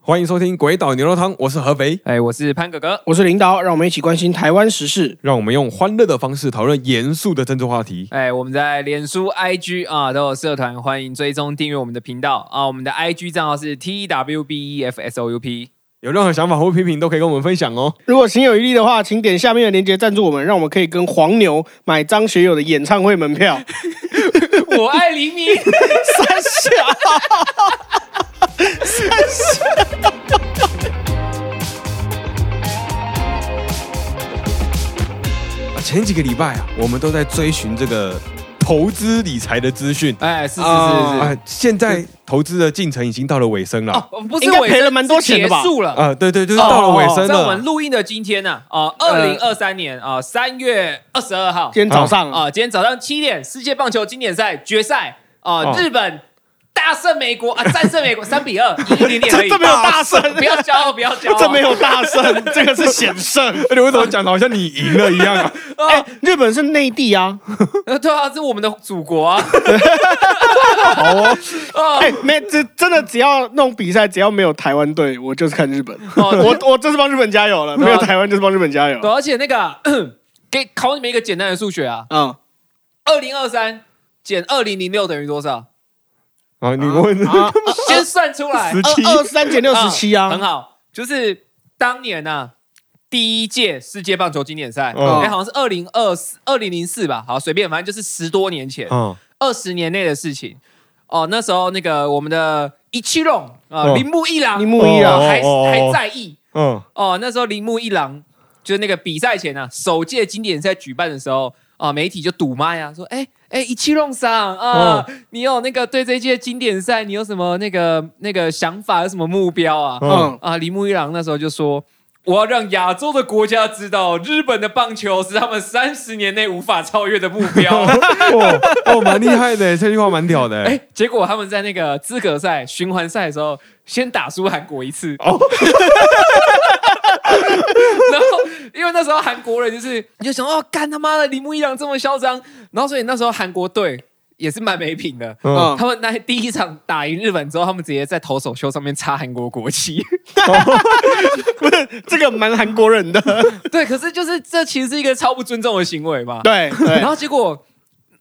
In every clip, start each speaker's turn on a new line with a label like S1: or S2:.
S1: 欢迎收听《鬼岛牛肉汤》，我是合肥，
S2: 哎，我是潘哥哥，
S3: 我是林导，让我们一起关心台湾时事。
S1: 让我们用欢乐的方式讨论严肃的政治话题。
S2: 哎，我们在脸书、IG 啊都有社团，欢迎追踪订阅我们的频道啊。我们的 IG 账号是 T W B E F S O U P。
S1: 有任何想法或批评都可以跟我们分享哦。
S3: 如果心有余力的话，请点下面的链接赞助我们，让我们可以跟黄牛买张学友的演唱会门 票。
S2: 我爱黎明，
S3: 三小，
S1: 啊前几个礼拜啊，我们都在追寻这个投资理财的资讯。
S2: 哎，是是是是
S3: 啊
S1: 啊，现在投资的进程已经到了尾声了。
S2: 哦，不是
S3: 应该
S2: 尾声
S3: 赔了蛮多钱的吧
S2: 是结束了。哦
S1: 啊，对对，就是到了尾声
S2: 在我们
S1: 了。
S2: 录音的今天呢，啊，二零二三年啊三月二十二号
S3: 呃今天早上啊，
S2: 啊，今天早上七点，世界棒球经典赛决赛啊
S1: 哦，
S2: 日本大胜美国啊，战胜美国三比二，赢一点点而
S3: 这
S2: 已
S3: 哎这。没有大胜，
S2: 不要骄傲，不要骄傲，
S3: 这没有大胜， 这个是险胜。
S1: 而且为什么讲的好像你赢了一样啊？
S2: 哦
S3: 哎，日本是内地啊，
S2: 呃， 对啊，这是我们的祖国啊！
S1: 好哦，
S2: 哦
S3: 哎，没这真的只要那种比赛，只要没有台湾队，我就是看日 本。
S2: 哦，
S3: 我我这是帮日本加油了，没有台湾就是帮日本加油
S2: 对。而且那个 啊给考你们一个简单的数学啊，
S3: 嗯，
S2: 二零二三减二零零六等于多少？
S1: 啊，你问
S3: 啊，
S2: 先算出来，嗯
S1: 十七
S3: 二二三减六十七啊，
S2: 很好，就是当年啊。第一届世界棒球经典赛，哎、
S1: 哦
S2: 好像是二零二四、二零零四吧，好随便，反正就是十多年前，
S1: 啊，
S2: 二十、年内的事情。哦，那时候那个我们的一七龙啊，
S1: 哦
S2: 铃木一郎，
S3: 铃木一
S1: 郎
S2: 哦还
S1: 哦哦哦
S2: 还在意，
S1: 嗯，
S2: 哦，那时候铃木一郎就是那个比赛前啊，首届经典赛举办的时候啊，媒体就堵麦啊，说：“哎、哎，一七弄上啊，你有那个对这届经典赛，你有什么那个那个想法，有什么目标啊？”
S1: 嗯
S3: 嗯，
S2: 啊，铃木一郎那时候就说。我要让亚洲的国家知道，日本的棒球是他们三十年内无法超越的目标。
S1: 哦哦，蛮厉害的，这句话蛮屌的。
S2: 哎、结果他们在那个资格赛、循环赛的时候，先打输韩国一次。
S1: 哦
S2: 然后，因为那时候韩国人就是，你就想哦，干他妈的铃木一郎这么嚣张，然后所以那时候韩国队也是蛮没品的。
S1: 嗯
S3: 嗯
S2: 他们那第一场打赢日本之后，他们直接在投手袖上面插韩国国旗。
S3: 不是这个蛮韩国人的，
S2: 对，可是就是这其实是一个超不尊重的行为嘛。
S3: 对对
S2: 然，后结果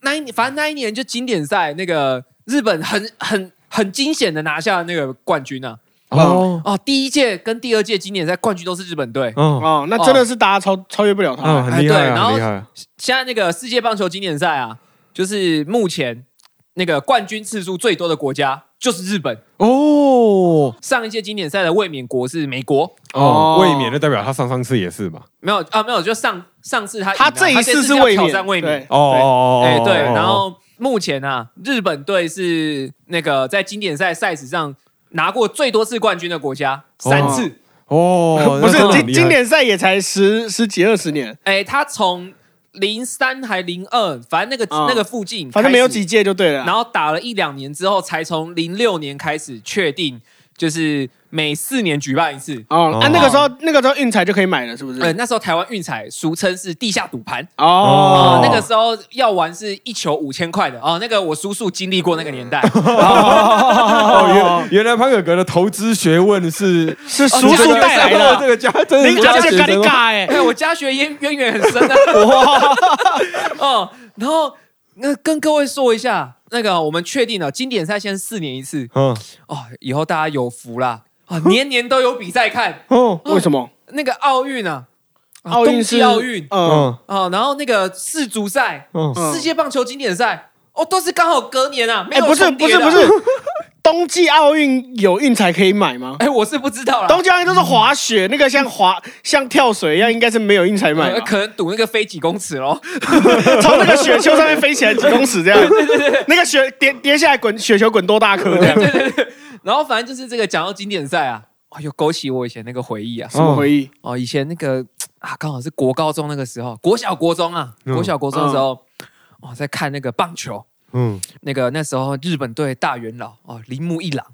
S2: 那一年，反正那一年就经典赛那个日本很很很惊险的拿下那个冠军啊！
S1: 哦
S2: 哦，第一届跟第二届经典赛冠军都是日本队。
S1: 哦
S3: 哦，那真的是大家超超越不了
S1: 啊，
S3: 他。
S1: 很厉
S2: 哎
S1: 害
S2: 对然
S1: 啊，
S2: 后
S1: 很厉害啊。
S2: 现在那个世界棒球经典赛啊，就是目前那个冠军次数最多的国家就是日本。
S1: 哦
S2: 上一届经典赛的卫冕国是美国，
S1: 哦
S3: 哦，
S1: 卫冕就代表他上上次也是嘛。
S2: 没有啊，没有，就上上次他赢
S3: 他
S2: 了
S3: 这一
S2: 他
S3: 次
S2: 是
S3: 是
S2: 要
S3: 卫
S2: 挑
S3: 冕，
S2: 战卫冕
S3: 对。
S1: 哦哦哦，
S2: 哎，
S1: 哦
S2: 对，
S1: 哦
S2: 然后目前啊，日本队是那个在经典赛赛史上拿过最多次冠军的国家，三次。
S1: 哦，
S3: 不是
S1: 那真的很
S3: 经
S1: 厉害
S3: 经典赛也才十十几二十年，
S2: 哎，他从零三还零二，反正那个
S3: 嗯
S2: 那个附近，
S3: 反正没有几届就对了啊
S2: 然
S3: 啦。
S2: 后打了一两年之后，才从零六年开始确定，就是每四年举办一次。
S3: 哦，啊
S1: 哦，
S3: 那个时候那个时候运彩就可以买了，是不
S2: 呃，
S3: 是？
S2: 那时候台湾运彩俗称是地下赌盘
S1: 哦
S2: 哦
S3: 哦，
S2: 那个时候要玩是一球五千块的哦，那个我叔叔经历过那个年代，
S1: 哦，原原来潘可格的投资学问是
S3: 是叔叔带来
S1: 哦这
S3: 的。
S1: 个家真的
S3: 你
S1: 是
S3: 讲
S1: 家
S3: 这
S1: 学
S3: 咖喱
S1: 生
S3: 尬哎，
S2: 哎，我家学渊渊源很深的、啊 哦，然后那跟各位说一下，那个我们确定了，经典赛现在四年一次
S1: 嗯
S2: 哦，以后大家有福啦啊、年年都有比赛看，
S1: 哦
S3: 为什么？
S2: 那个奥运啊，啊
S3: 奥
S2: 冬
S3: 运
S2: 季
S3: 是
S2: 奥运
S3: 嗯，
S1: 嗯
S2: 啊，然后那个世足赛、
S1: 嗯
S3: 嗯
S2: 世界棒球经典赛，哦，都是刚好隔年啊，没
S3: 哎，
S2: 有
S3: 不是
S2: 重
S3: 不
S2: 叠
S3: 是
S2: 的
S3: 不是，， 冬季奥运有运彩可以买吗？
S2: 哎，我是不知道啦
S3: 冬。季奥运都是滑雪，那个像滑像跳水一样，应该是没有运彩买
S2: 呃
S3: 吧，
S2: 可能赌那个飞几公尺 咯。
S3: 从那个雪球上面飞起来几公尺这样，那个雪跌跌下来滚雪球滚多大颗这样，
S2: 然后反正就是这个讲到经典赛啊，哎呦，勾起我以前那个回忆啊。
S3: 什么回忆？
S2: 哦，以前那个啊，刚好是国高中那个时候，国小国中啊，
S1: 嗯
S2: 国小国中的时候，
S3: 嗯
S2: 哦，在看那个棒球，
S1: 嗯
S2: 那个那时候日本队大元老哦，铃木一郎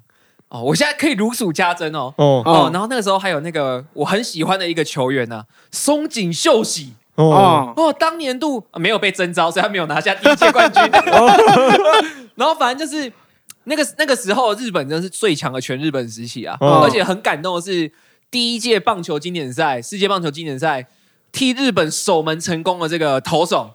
S2: 哦，我现在可以如数家珍哦。
S1: 哦
S2: 哦
S3: 哦，
S2: 然后那个时候还有那个我很喜欢的一个球员呢、松井秀喜
S1: 哦
S3: 哦
S2: 哦，当年 度、啊没有被征召，所以他没有拿下第一届冠军。然后反正就是那个那个时候日本真是最强的全日本时期啊！
S4: 嗯
S2: 而且很感动的是，第一届棒球经典赛、世界棒球经典赛替日本守门成功的这个投手，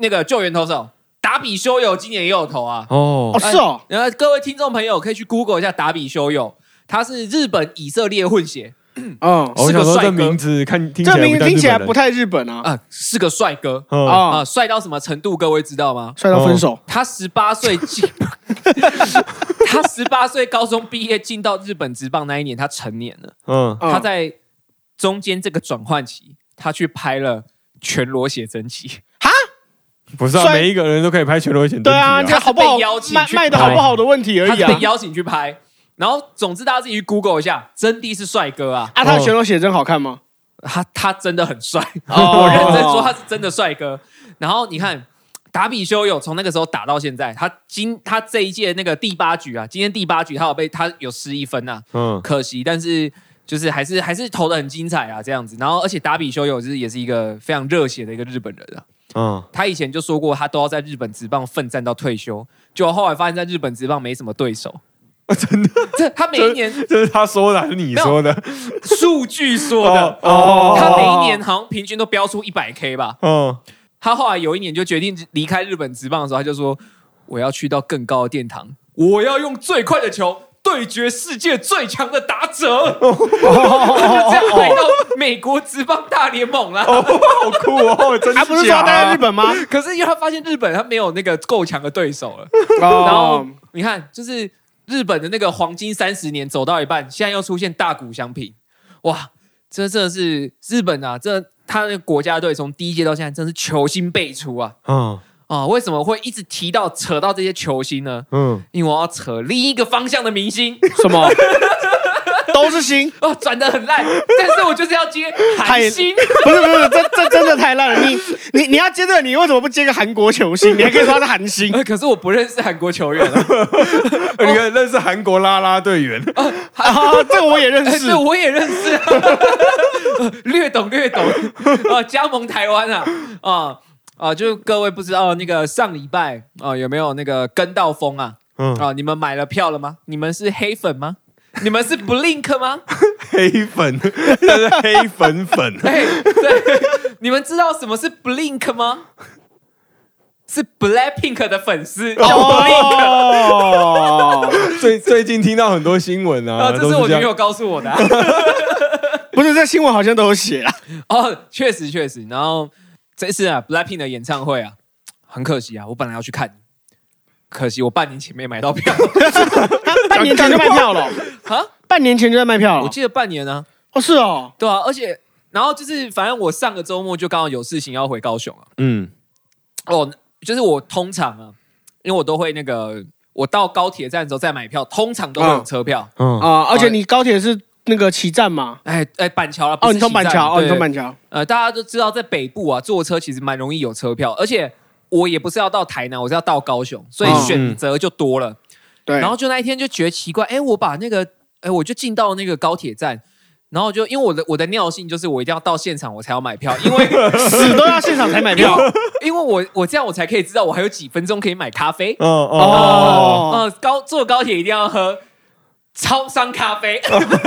S2: 那个救援投手达比修友今年也有投啊。
S1: 哦
S3: 哦，，是哦，
S2: 然后各位听众朋友可以去 Google 一下达比修友，他是日本以色列混血
S3: 嗯，
S1: 我
S2: 是个
S1: 想说
S2: 帅
S1: 这
S2: 哥
S1: 名字看听起
S3: 这
S1: 来
S3: 名字听起来
S1: 像日
S3: 不
S1: 本人
S3: 太日本啊
S2: 啊、是个帅哥
S1: 哦
S2: 啊、
S3: 啊，
S2: 帅到什么程度？各位知道吗？
S3: 帅到分手，
S2: 他十八岁 进，他十八岁高中毕业进到日本职棒那一年，他成年了。
S1: 嗯
S3: 嗯
S2: 他在中间这个转换期，他去拍了全裸写真集，
S1: 不是啊
S3: 帅
S1: 每一个人都可以拍全裸显
S3: 对啊，
S2: 他
S3: 这
S2: 是
S3: 好不好
S2: 被邀请
S3: 卖
S2: 去
S3: 卖的好不好的问题而
S2: 他
S3: 已
S2: 是
S3: 啊
S2: 被。邀请去拍。然后，总之大家自己去 Google 一下，真的是帅哥啊，
S3: 啊，他的全裸写真好看吗？
S2: 他他真的很帅，
S3: 哦
S2: 我认真说他是真的帅哥。然后你看。达比修有从那个时候打到现在，他今他这一届那个第八局啊，今天第八局他有被他有失一分啊，
S1: 嗯
S2: 可惜，但是就是还是还是投的很精彩啊，这样子。然后而且达比修友就是也是一个非常热血的一个日本人啊，
S1: 嗯，
S2: 他以前就说过他都要在日本职棒奋战到退休，结果后来发现在日本职棒没什么对手，真的，这他每一年
S1: 这是他说的还是你说的？
S2: 数据说的。
S1: 哦
S2: 他每一年好像平均都标出一百 K 吧。
S1: 嗯，
S2: 他后来有一年就决定离开日本职棒的时候，他就说：“我要去到更高的殿堂，我要用最快的球对决世界最强的打者。”
S3: 哦
S2: 就这样来 到美国职棒大联盟啦。
S1: 好酷哦，真
S3: 啊，不是说他待在日本吗？
S2: 可是因为他发现日本他没有那个够强的对手了，啊然后
S3: 哦，
S2: 你看，就是日本的那个黄金三十年走到一半，现在又出现大谷翔平，哇，这真的是日本啊，这他的国家队从第一届到现在真是球星辈出啊
S1: 嗯
S2: 啊！为什么会一直提到扯到这些球星呢？
S1: 嗯，
S2: 因为我要扯另一个方向的明星
S3: 什么 都是星，
S2: 哦，转的很烂，但是我就是要接韩星。
S3: 不是不是，这这真的太烂了。你你你要接这个，你为什么不接个韩国球星？你还可以说他是韩 星。
S2: 呃可是我不认识韩国球员啊，
S3: 哦
S1: 哦你看认识韩国啦啦队员，
S3: 啊， 这个我也认
S2: 哎，
S3: 识
S2: 对，。我也认识、啊， 略懂略懂啊，加盟台湾啊啊啊！就各位不知道那个上礼拜啊有没有那个跟到风啊
S1: 嗯，
S3: 哦
S2: 啊？你们买了票了吗？你们是黑粉吗？你们是 Blink 吗？
S1: 黑 粉，他是黑粉粉，
S2: 哎，对，你们知道什么是 Blink 吗？是 Blackpink 的粉丝叫 Blink
S3: 哦，
S1: 最最近听到很多新闻啊，
S2: 啊，这
S1: 都
S2: 是我
S1: 这
S2: 女
S1: 样
S2: 友告诉我的啊、
S3: 不是，这新闻好像都有写啊。
S2: 哦，确实确实。然后这次啊，Blackpink 的演唱会啊，很可惜啊，我本来要去看，可惜我半年前没买到 票
S3: 他半年前就卖票了，
S2: 啊。
S3: 半年前就在卖票
S2: 我
S3: 了。
S2: 记得半年呢、
S3: 哦，是哦
S2: 啊，，对啊，而且然后就是，反正我上个周末就刚好有事情要回高雄啊。
S1: 嗯
S2: 哦，就是我通常啊，因为我都会那个，我到高铁站的时候再买票，通常都会有车票。
S1: 嗯
S3: 啊，而且你高铁是那个起站嘛？
S2: 哎哎，板桥了，不
S3: 哦，
S2: 是
S3: 你从
S2: 西站
S3: 板桥，哦，
S2: 对
S3: 你从板桥。
S2: 呃，大家都知道，在北部啊，坐车其实蛮容易有车票，而且我也不是要到台南，我是要到高雄，所以
S3: 嗯
S2: 选择就多了。
S3: 对，
S2: 然后就那一天就觉得奇怪，哎，我把那个，哎，我就进到那个高铁站，然后就因为我的我的尿性就是我一定要到现场我才要买票，因为
S3: 死都要现场才买票。
S2: 因为我我这样我才可以知道我还有几分钟可以买咖啡。
S1: 哦哦，
S3: 哦，
S2: 呃，高坐高铁一定要喝超商咖啡，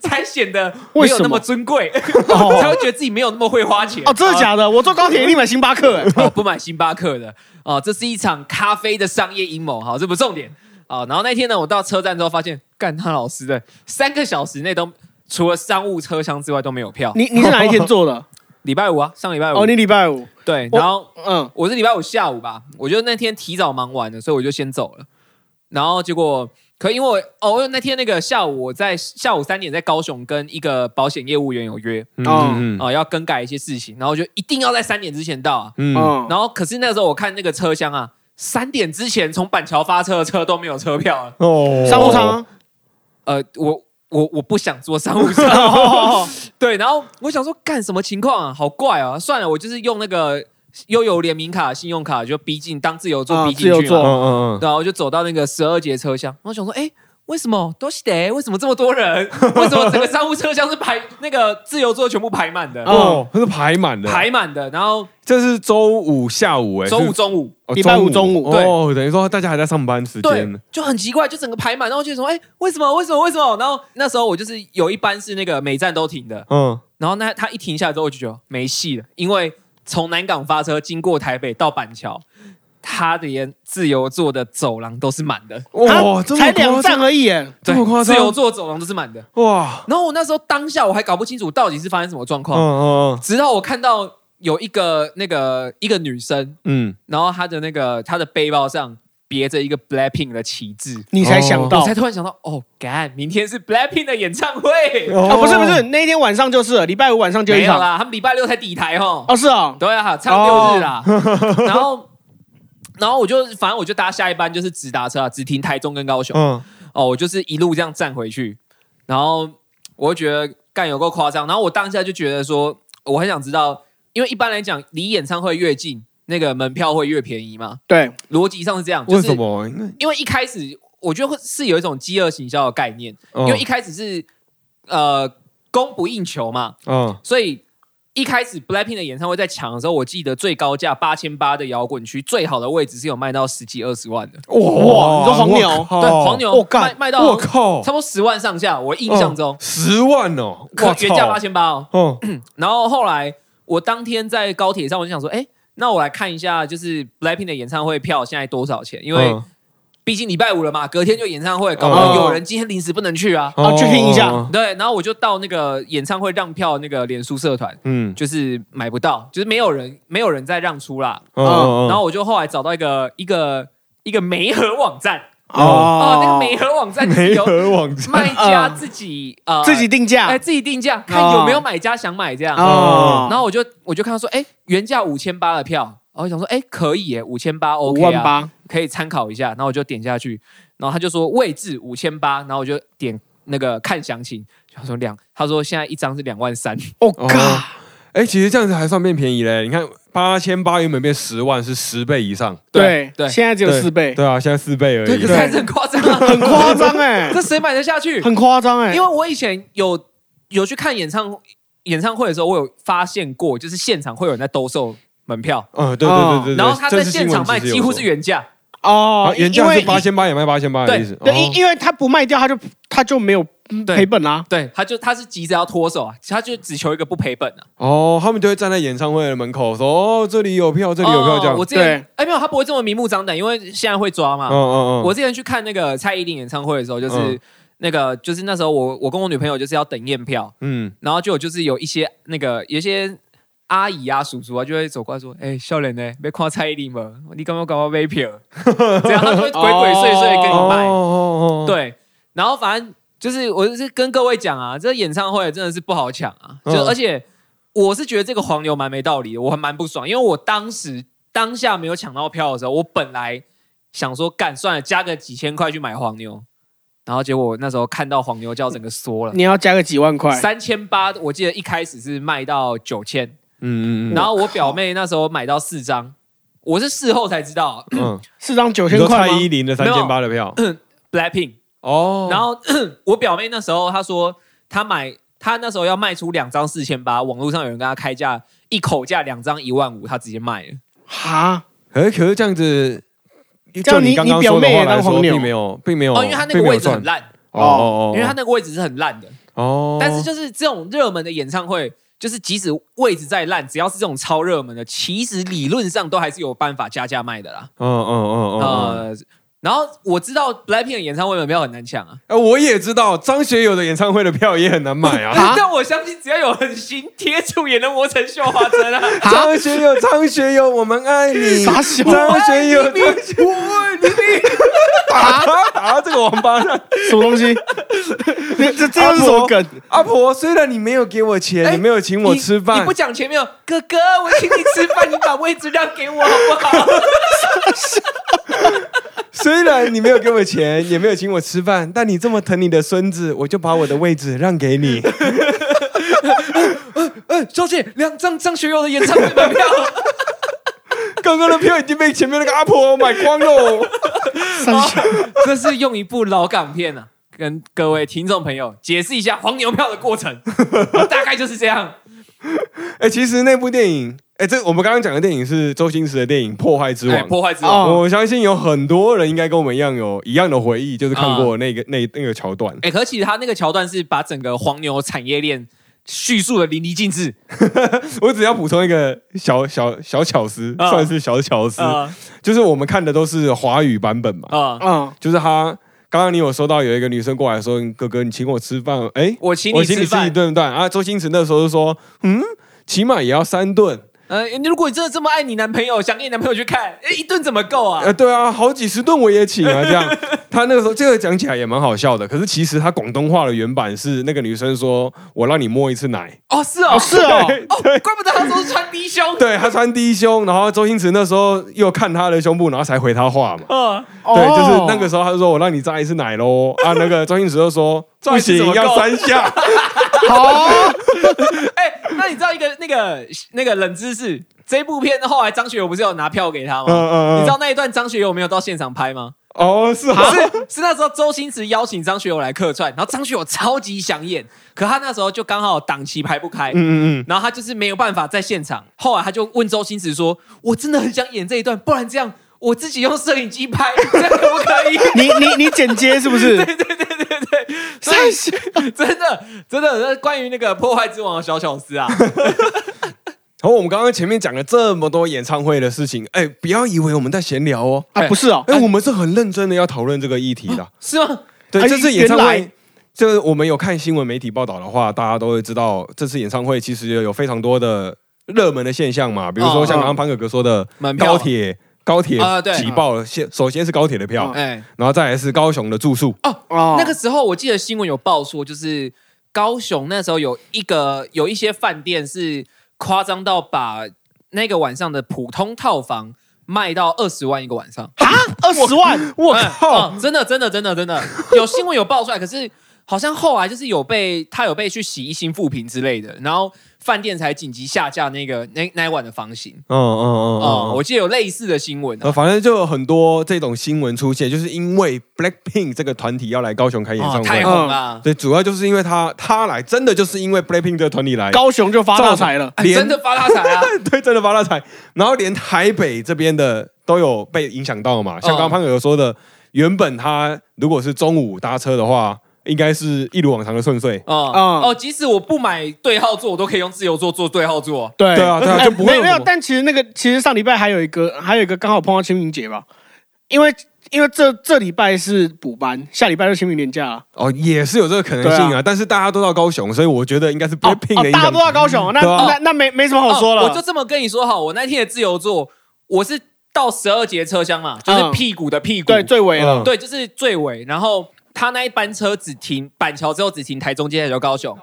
S2: 才显得没
S3: 为
S2: 有
S3: 什
S2: 那么
S3: 么
S2: 尊贵，
S3: 哦
S2: 才会觉得自己没有那么会花钱。啊
S3: 哦，真的假的？我坐高铁一定买星巴克。哎
S2: 哦，不买星巴克的哦，这是一场咖啡的商业阴谋，好，这不重点哦。然后那天呢，我到车站之后发现，干他老师的三个小时内都除了商务车厢之外都没有票。
S3: 你你是哪一天坐的？
S2: 礼拜五啊，上礼拜五
S3: 哦，你礼拜五。
S2: 对，
S3: 我
S2: 然后
S3: 嗯，
S2: 我是礼拜五下午吧，我就那天提早忙完了，所以我就先走了。然后结果，可因为我哦，因为那天那个下午我在下午三点在高雄跟一个保险业务员有约
S1: 嗯
S3: 哦
S1: 嗯
S2: 啊、要更改一些事情，然后就一定要在三点之前到啊。
S1: 嗯嗯，
S3: 哦，
S2: 然后可是那时候我看那个车厢啊，三点之前从板桥发车的车都没有车票啊了。
S1: 哦
S3: 商务舱啊。
S2: 呃，我我我不想坐商务车，哦 对。然后我想说，干什么情况啊？好怪啊！算了，我就是用那个悠游联名卡、信用卡就逼近当自由座
S3: 啊
S2: 逼进
S3: 自
S2: 去
S3: 由
S2: 嘛。啊
S3: 座
S1: 嗯嗯嗯，
S2: 然后我就走到那个十二节车厢，然后想说，哎，为什么都是得？为什么这么多人？为什么整个商务车厢是排那个自由座全部排满的？
S3: 哦
S1: 哦，它是排满的，
S2: 排满的，然后
S1: 这是周五下午哎，
S2: 周
S1: 是
S2: 五中午，
S1: 哦
S3: 礼拜五中午
S2: 对
S1: 哦，等于说大家还在上班时
S2: 对
S1: 间，，嗯
S2: 就很奇怪，就整个排满，然后就说，哎，为什么？为什么？为什么？然后那时候我就是有一班是那个每站都停的，
S3: 哦
S1: 嗯，
S2: 然后那他一停下来之后，我就觉得没戏了，因为从南港发车经过台北到板桥，他的连自由座的走廊都是满的，
S1: 哇，
S3: 啊
S1: 哦这么
S3: 才两
S1: 夸
S3: 站
S1: 张，
S3: 而已耶，
S1: 这么夸
S2: 自
S1: 张
S2: 由座走廊都是满的。
S1: 哇，
S2: 然后我那时候当下我还搞不清楚到底是发生什么状
S1: 嗯
S2: 况，
S1: 嗯
S2: 直到我看到有一个那个一个女生，
S1: 嗯，
S2: 然后她的那个她的背包上别着一个 Blackpink 的旗帜。
S3: 你才想
S2: 我
S3: 到
S2: 才突然想到，哦，干，明天是 Blackpink 的演唱会，
S1: 哦
S3: 哦，不是不是，那一天晚上就是了礼拜五晚上就
S2: 没
S3: 一
S2: 有
S3: 场，
S2: 啦，他们礼拜六才抵台哦。
S3: 哦是哦，
S2: 对啊，唱六日啦。然后，然后我就反正我就搭下一班，就是直达车啊，直停台中跟高雄。
S1: 嗯，
S2: 哦，我就是一路这样站回去，然后我就觉得干有够夸张。然后我当下就觉得说，我很想知道，因为一般来讲，离演唱会越近，那个门票会越便宜嘛，
S3: 对，
S2: 逻辑上是这样。就
S1: 为
S2: 是
S1: 什么？因为
S2: 因为一开始我觉得会是有一种饥饿行销的概念，
S1: 嗯
S2: 因为一开始是呃供不应求嘛，
S1: 嗯
S2: 所以一开始 Blackpink 的演唱会在抢的时候，我记得最高价八千八的摇滚区最好的位置是有卖到十几二十万的，
S3: 哇你说黄牛
S1: 我靠
S2: 对，黄牛
S3: 我干
S2: 卖卖到
S1: 我靠
S2: 差，不多十万上下，我印象中
S1: 嗯，十万哦，
S2: 可
S1: 哇
S2: 原价八
S1: 操，
S2: 千八哦。
S1: 哦，
S2: 然后后来我当天在高铁上，我就想说，哎，那我来看一下，就是 Blackpink 的演唱会票现在多少钱？因为
S1: 嗯
S2: 毕竟礼拜五了嘛，隔天就演唱会，搞不好有人今天临时不能去啊。
S3: 啊去拼一下，
S1: 哦
S2: 对，然后我就到那个演唱会让票那个脸书社团，
S1: 嗯
S2: 就是买不到，就是没有人没有人再让出啦。
S1: 嗯嗯，
S2: 然
S1: 后
S2: 后我就后来找到一个一个一个媒合网站哦
S3: 哦，
S2: 那个媒合网站就是
S1: 没
S2: 由
S1: 合网站
S2: 卖家自己呃
S3: 哦自己定
S2: 哎
S3: 价
S2: 自己定价，看有没有买家想买这样。
S3: 哦，
S2: 然后我就我就看到说，哎，原价五千八的票，然后我想说，哎，可以耶，五千八 OK
S3: 五
S2: 啊
S3: 万八，
S2: 可以参考一下。然后我就点下去，然后他就说位置五千八，然后我就点那个看详情，他说两，他说现在一张是两万三，
S3: 我
S1: 哦
S3: 靠，
S1: 哎，其实这样子还算变便宜嘞。你看八千八原本变十万，是十倍以上。
S3: 对
S2: 对
S3: 现在只有四倍，
S1: 对啊，现在四倍而
S2: 对，
S1: 已
S2: 可是。还是很夸张啊，
S3: 很夸 张哎，
S2: 这谁买得下去？
S3: 很夸张哎，
S2: 因为我以前有有去看演唱演唱会的时候，我有发现过，就是现场会有人在兜售门票，
S1: 嗯，对对对对。
S2: 然后他
S1: 这
S2: 在
S1: 是
S2: 现
S1: 新闻
S2: 场卖
S1: 其实有
S2: 几乎是
S1: 说
S2: 原价，
S3: 哦
S1: 啊，原
S3: 因
S1: 价
S3: 为
S1: 是八千八，也卖八千八的意思。
S3: 对，
S1: 哦
S3: 因因为他不卖掉，他就他就没有
S2: 对
S3: 赔本啊啦。
S2: 对，他就他是急着要脱手啊，他就只求一个不赔本啊，
S1: 哦，他们就会站在演唱会的门口说：“哦，这里有票，这里有票。”这样
S2: 哦。我之前
S3: 对
S2: 哎没有，他不会这么明目张胆，因为现在会抓嘛
S1: 嗯。嗯嗯。
S2: 我之前去看那个蔡依林演唱会的时候，就是。
S1: 嗯
S2: 那个就是那时候我我跟我女朋友就是要等验票，
S1: 嗯
S2: 然后就有就是有一些那个有一些阿姨啊、叔叔啊，就会走过来说：“哎、笑脸呢，被看蔡依林吗？你刚刚搞到被骗？” 这样他就会鬼鬼祟祟地跟你卖。
S1: 哦哦哦。
S2: 哦对，然后反正就是我就是跟各位讲啊，这演唱会真的是不好抢啊，就、
S1: 嗯
S2: 而且我是觉得这个黄牛蛮没道理的，我还蛮不爽，因为我当时当下没有抢到票的时候，我本来想说干算了，加个几千块去买黄牛，然后结果我那时候看到黄牛叫整个缩了。
S3: 你要加个几万块，
S2: 三千八，我记得一开始是卖到九千，
S1: 嗯嗯嗯。
S2: 然后我表妹那时候买到四张，我是事后才知道
S1: 嗯，
S3: 四张九
S1: 你
S3: 千
S1: 说
S3: 块
S1: 蔡
S3: 吗？
S1: 依林的三千八的票
S2: Blackpink，
S1: 哦，
S2: 然后 我表妹那时候她说她买她那时候要卖出两张四千八，网络上有人跟她开价一口价两张一万五，她直接卖了。
S3: 哈，
S1: 可是可是这样子，
S3: 这
S1: 就
S3: 样你
S1: 刚刚说的
S3: 你表妹
S1: 话
S3: 也
S1: 来
S3: 当
S1: 说，
S3: 黄牛
S1: 并没有，并没有，
S2: 哦，因为她那个
S1: 并没有
S2: 位置
S1: 赚
S2: 很烂，
S1: 哦哦哦，
S2: 因为她那个位置是很烂的。
S1: 哦，
S2: 但是就是这种热门的演唱会，就是即使位置再烂，只要是这种超热门的，其实理论上都还是有办法加价卖的啦。
S1: 嗯嗯嗯嗯嗯，
S2: 呃，然后我知道 Blackpink 的演唱会门票很难抢啊，
S1: 哎，我也知道张学友的演唱会的票也很难买 啊。
S3: 啊
S2: 但我相信只要有恒心，铁杵也能磨成绣花针 啊。
S1: 张学友，张学友，我们爱你。
S3: 傻小
S1: 张学友，张学友，我爱你。打 他，打他这个王八蛋！
S3: 什 么东西？这这这又是什么梗？
S1: 阿婆，虽然你没有给我钱，
S2: 哎
S1: 你没有请我吃
S2: 你，
S1: 饭
S2: 你不，讲前面有哥哥，我请你吃饭，你把位置让给我好不好？
S1: 虽然你没有给我钱，也没有请我吃饭，但你这么疼你的孙子，我就把我的位置让给 你。
S2: 呃，小姐，两张张学友的演唱会门 票，
S1: 刚刚的票已经被前面那个阿婆买光喽。
S2: 哦
S3: 三小
S2: 这是用一部老港片啊，跟各位听众朋友解释一下黄牛票的 过程，大概就是这样。
S1: 哎、其实那部电影，哎、这我们刚刚讲的电影是周星驰的电影《破坏之王》
S2: 哎破坏之王。哎、
S3: 哦
S1: 我相信有很多人应该跟我们一样有一样的回忆，就是看过那个、那那个桥 段。
S2: 哎可其实他那个桥段是把整个黄牛产业链叙述的淋漓尽致
S1: 我只要补充一个小小小巧思，
S2: 啊
S1: 算是小巧思，
S2: 啊
S1: 就是我们看的都是华语版本嘛，
S2: 啊！
S3: 嗯，
S1: 就是他。刚刚你有收到有一个女生过来说：“哥哥，你请我吃饭。”哎，
S2: 我请你
S1: 我请
S2: 吃
S1: 你吃一
S2: 饭。
S1: 顿饭啊！周星驰那时候就说：“嗯，起码也要三顿。
S2: 呃，你如果你真的这么爱你男朋友，想念你男朋友去看，哎，一顿怎么够啊？
S1: 呃，对啊，好几十顿我也请啊，这样。 他那个时候这个讲起来也蛮好笑的，可是其实他广东话的原版是那个女生说：“我让你摸一次奶。
S2: 哦，是哦，
S3: 哦是 哦，
S2: 哦，怪不得他都是穿低胸”。
S1: 对他穿低胸，然后周星驰那时候又看他的胸部，然后才回他话嘛。
S2: 嗯，
S1: 对，
S3: 哦
S1: 就是那个时候他就说：“我让你扎一次奶喽。”啊，那个周星驰就说：“
S2: 再
S1: 不
S2: 一次怎
S1: 行，
S2: 么
S1: 要
S2: 够
S1: 三下。
S3: 好，
S2: 哎，那你知道一个那个那个冷知识？这部片后来张学友不是有拿票给他”
S1: 嗯
S2: 吗？
S1: 嗯
S2: 你知
S1: 嗯
S2: 道。那一段张学友没有到现场拍吗？
S1: 哦，是啊，
S2: 是是那时候周星驰邀请张学友来客串，然后张学友超级想演，可他那时候就刚好档期排不开，
S1: 嗯嗯嗯。
S2: 然后他就是没有办法在现场。后来他就问周星驰说：“我真的很想演这一段，不然这样我自己用摄影机拍，这样可不可以？”
S3: 你你你剪接是不是？
S2: 所以真的真的，那关于那个破坏之王的小巧思啊，
S1: 然后我们刚刚前面讲了这么多演唱会的事情，哎，不要以为我们在闲聊哦，
S3: 啊，不是哦，
S1: 哎，我们是很认真的要讨论这个议题的。
S2: 是吗？
S1: 对，
S3: 哎
S1: 这次演唱
S3: 原
S1: 会
S3: 来，
S1: 就是我们有看新闻媒体报道的话，大家都会知道，这次演唱会其实有非常多的热门的现象嘛，比如
S2: 哦
S1: 说像
S3: 哦
S1: 刚刚潘哥哥说的
S2: 门票
S1: 高铁。高铁
S2: 啊对
S1: 挤爆了，先首先是高铁的票，
S3: 嗯
S2: 哎，
S1: 然后再来是高雄的住宿，
S3: 哦
S2: 那个时候我记得新闻有报说，就是高雄那时候有一个有一些饭店是夸张到把那个晚上的普通套房卖到二十万一个晚上。
S3: 啊，二十万，
S1: 我
S2: 嗯
S1: 靠，
S2: 嗯真的真的真的真的有新闻有爆出来，可是好像后来就是有被他有被去洗一新复评之类的，然后饭店才紧急下架那个那那一晚的房型。
S1: 嗯嗯
S2: 哦、
S1: 嗯嗯
S2: 我记得有类似的新闻、啊
S1: 呃，。反正就有很多这种新闻出现，就是因为 Blackpink 这个团体要来高雄开演
S2: 哦
S1: 唱
S2: 太
S1: 会，
S2: 红
S3: 嗯
S2: 了，
S1: 对，主要就是因为他他来，真的就是因为 Blackpink 这个团体来，
S3: 高雄就发大财了。
S2: 哎
S1: 连
S2: 真的发大 财啊！
S1: 对，真的发大财。然后连台北这边的都有被影响到嘛，像刚
S2: 嗯
S1: 刚潘哥有说的，原本他如果是中午搭车的话，应该是一如往常的顺遂。
S2: 哦、
S3: 嗯
S2: 哦，即使我不买对号座，我都可以用自由座做对号座。
S3: 对
S1: 对啊对啊
S3: 哎
S1: 就不会
S3: 没有
S1: 有
S3: 没
S1: 什
S3: 有
S1: 么，
S3: 但其实那个其实上礼拜还有一个还有一个刚好碰到清明节吧，因为因为这这礼拜是补班，下礼拜就清明年假啊了。
S1: 哦，也是有这个可能性
S3: 对
S1: 啊。但是大家都到高雄，所以我觉得应该是 b l
S3: 哦
S1: a c p i n 的
S3: 哦
S1: 影
S3: 大家
S1: 响
S3: 都。到高雄，那
S1: 对啊
S3: 那那没没什么好说
S2: 哦
S3: 了
S2: 我就。这么跟你说好，我那天的自由座，我是到十二节车厢嘛，就是
S3: 嗯
S2: 屁股的屁股，
S3: 对，最尾了
S1: 嗯。
S2: 对，就是最尾。然后他那一班车只停板桥之后，只停台中，接下来就高雄。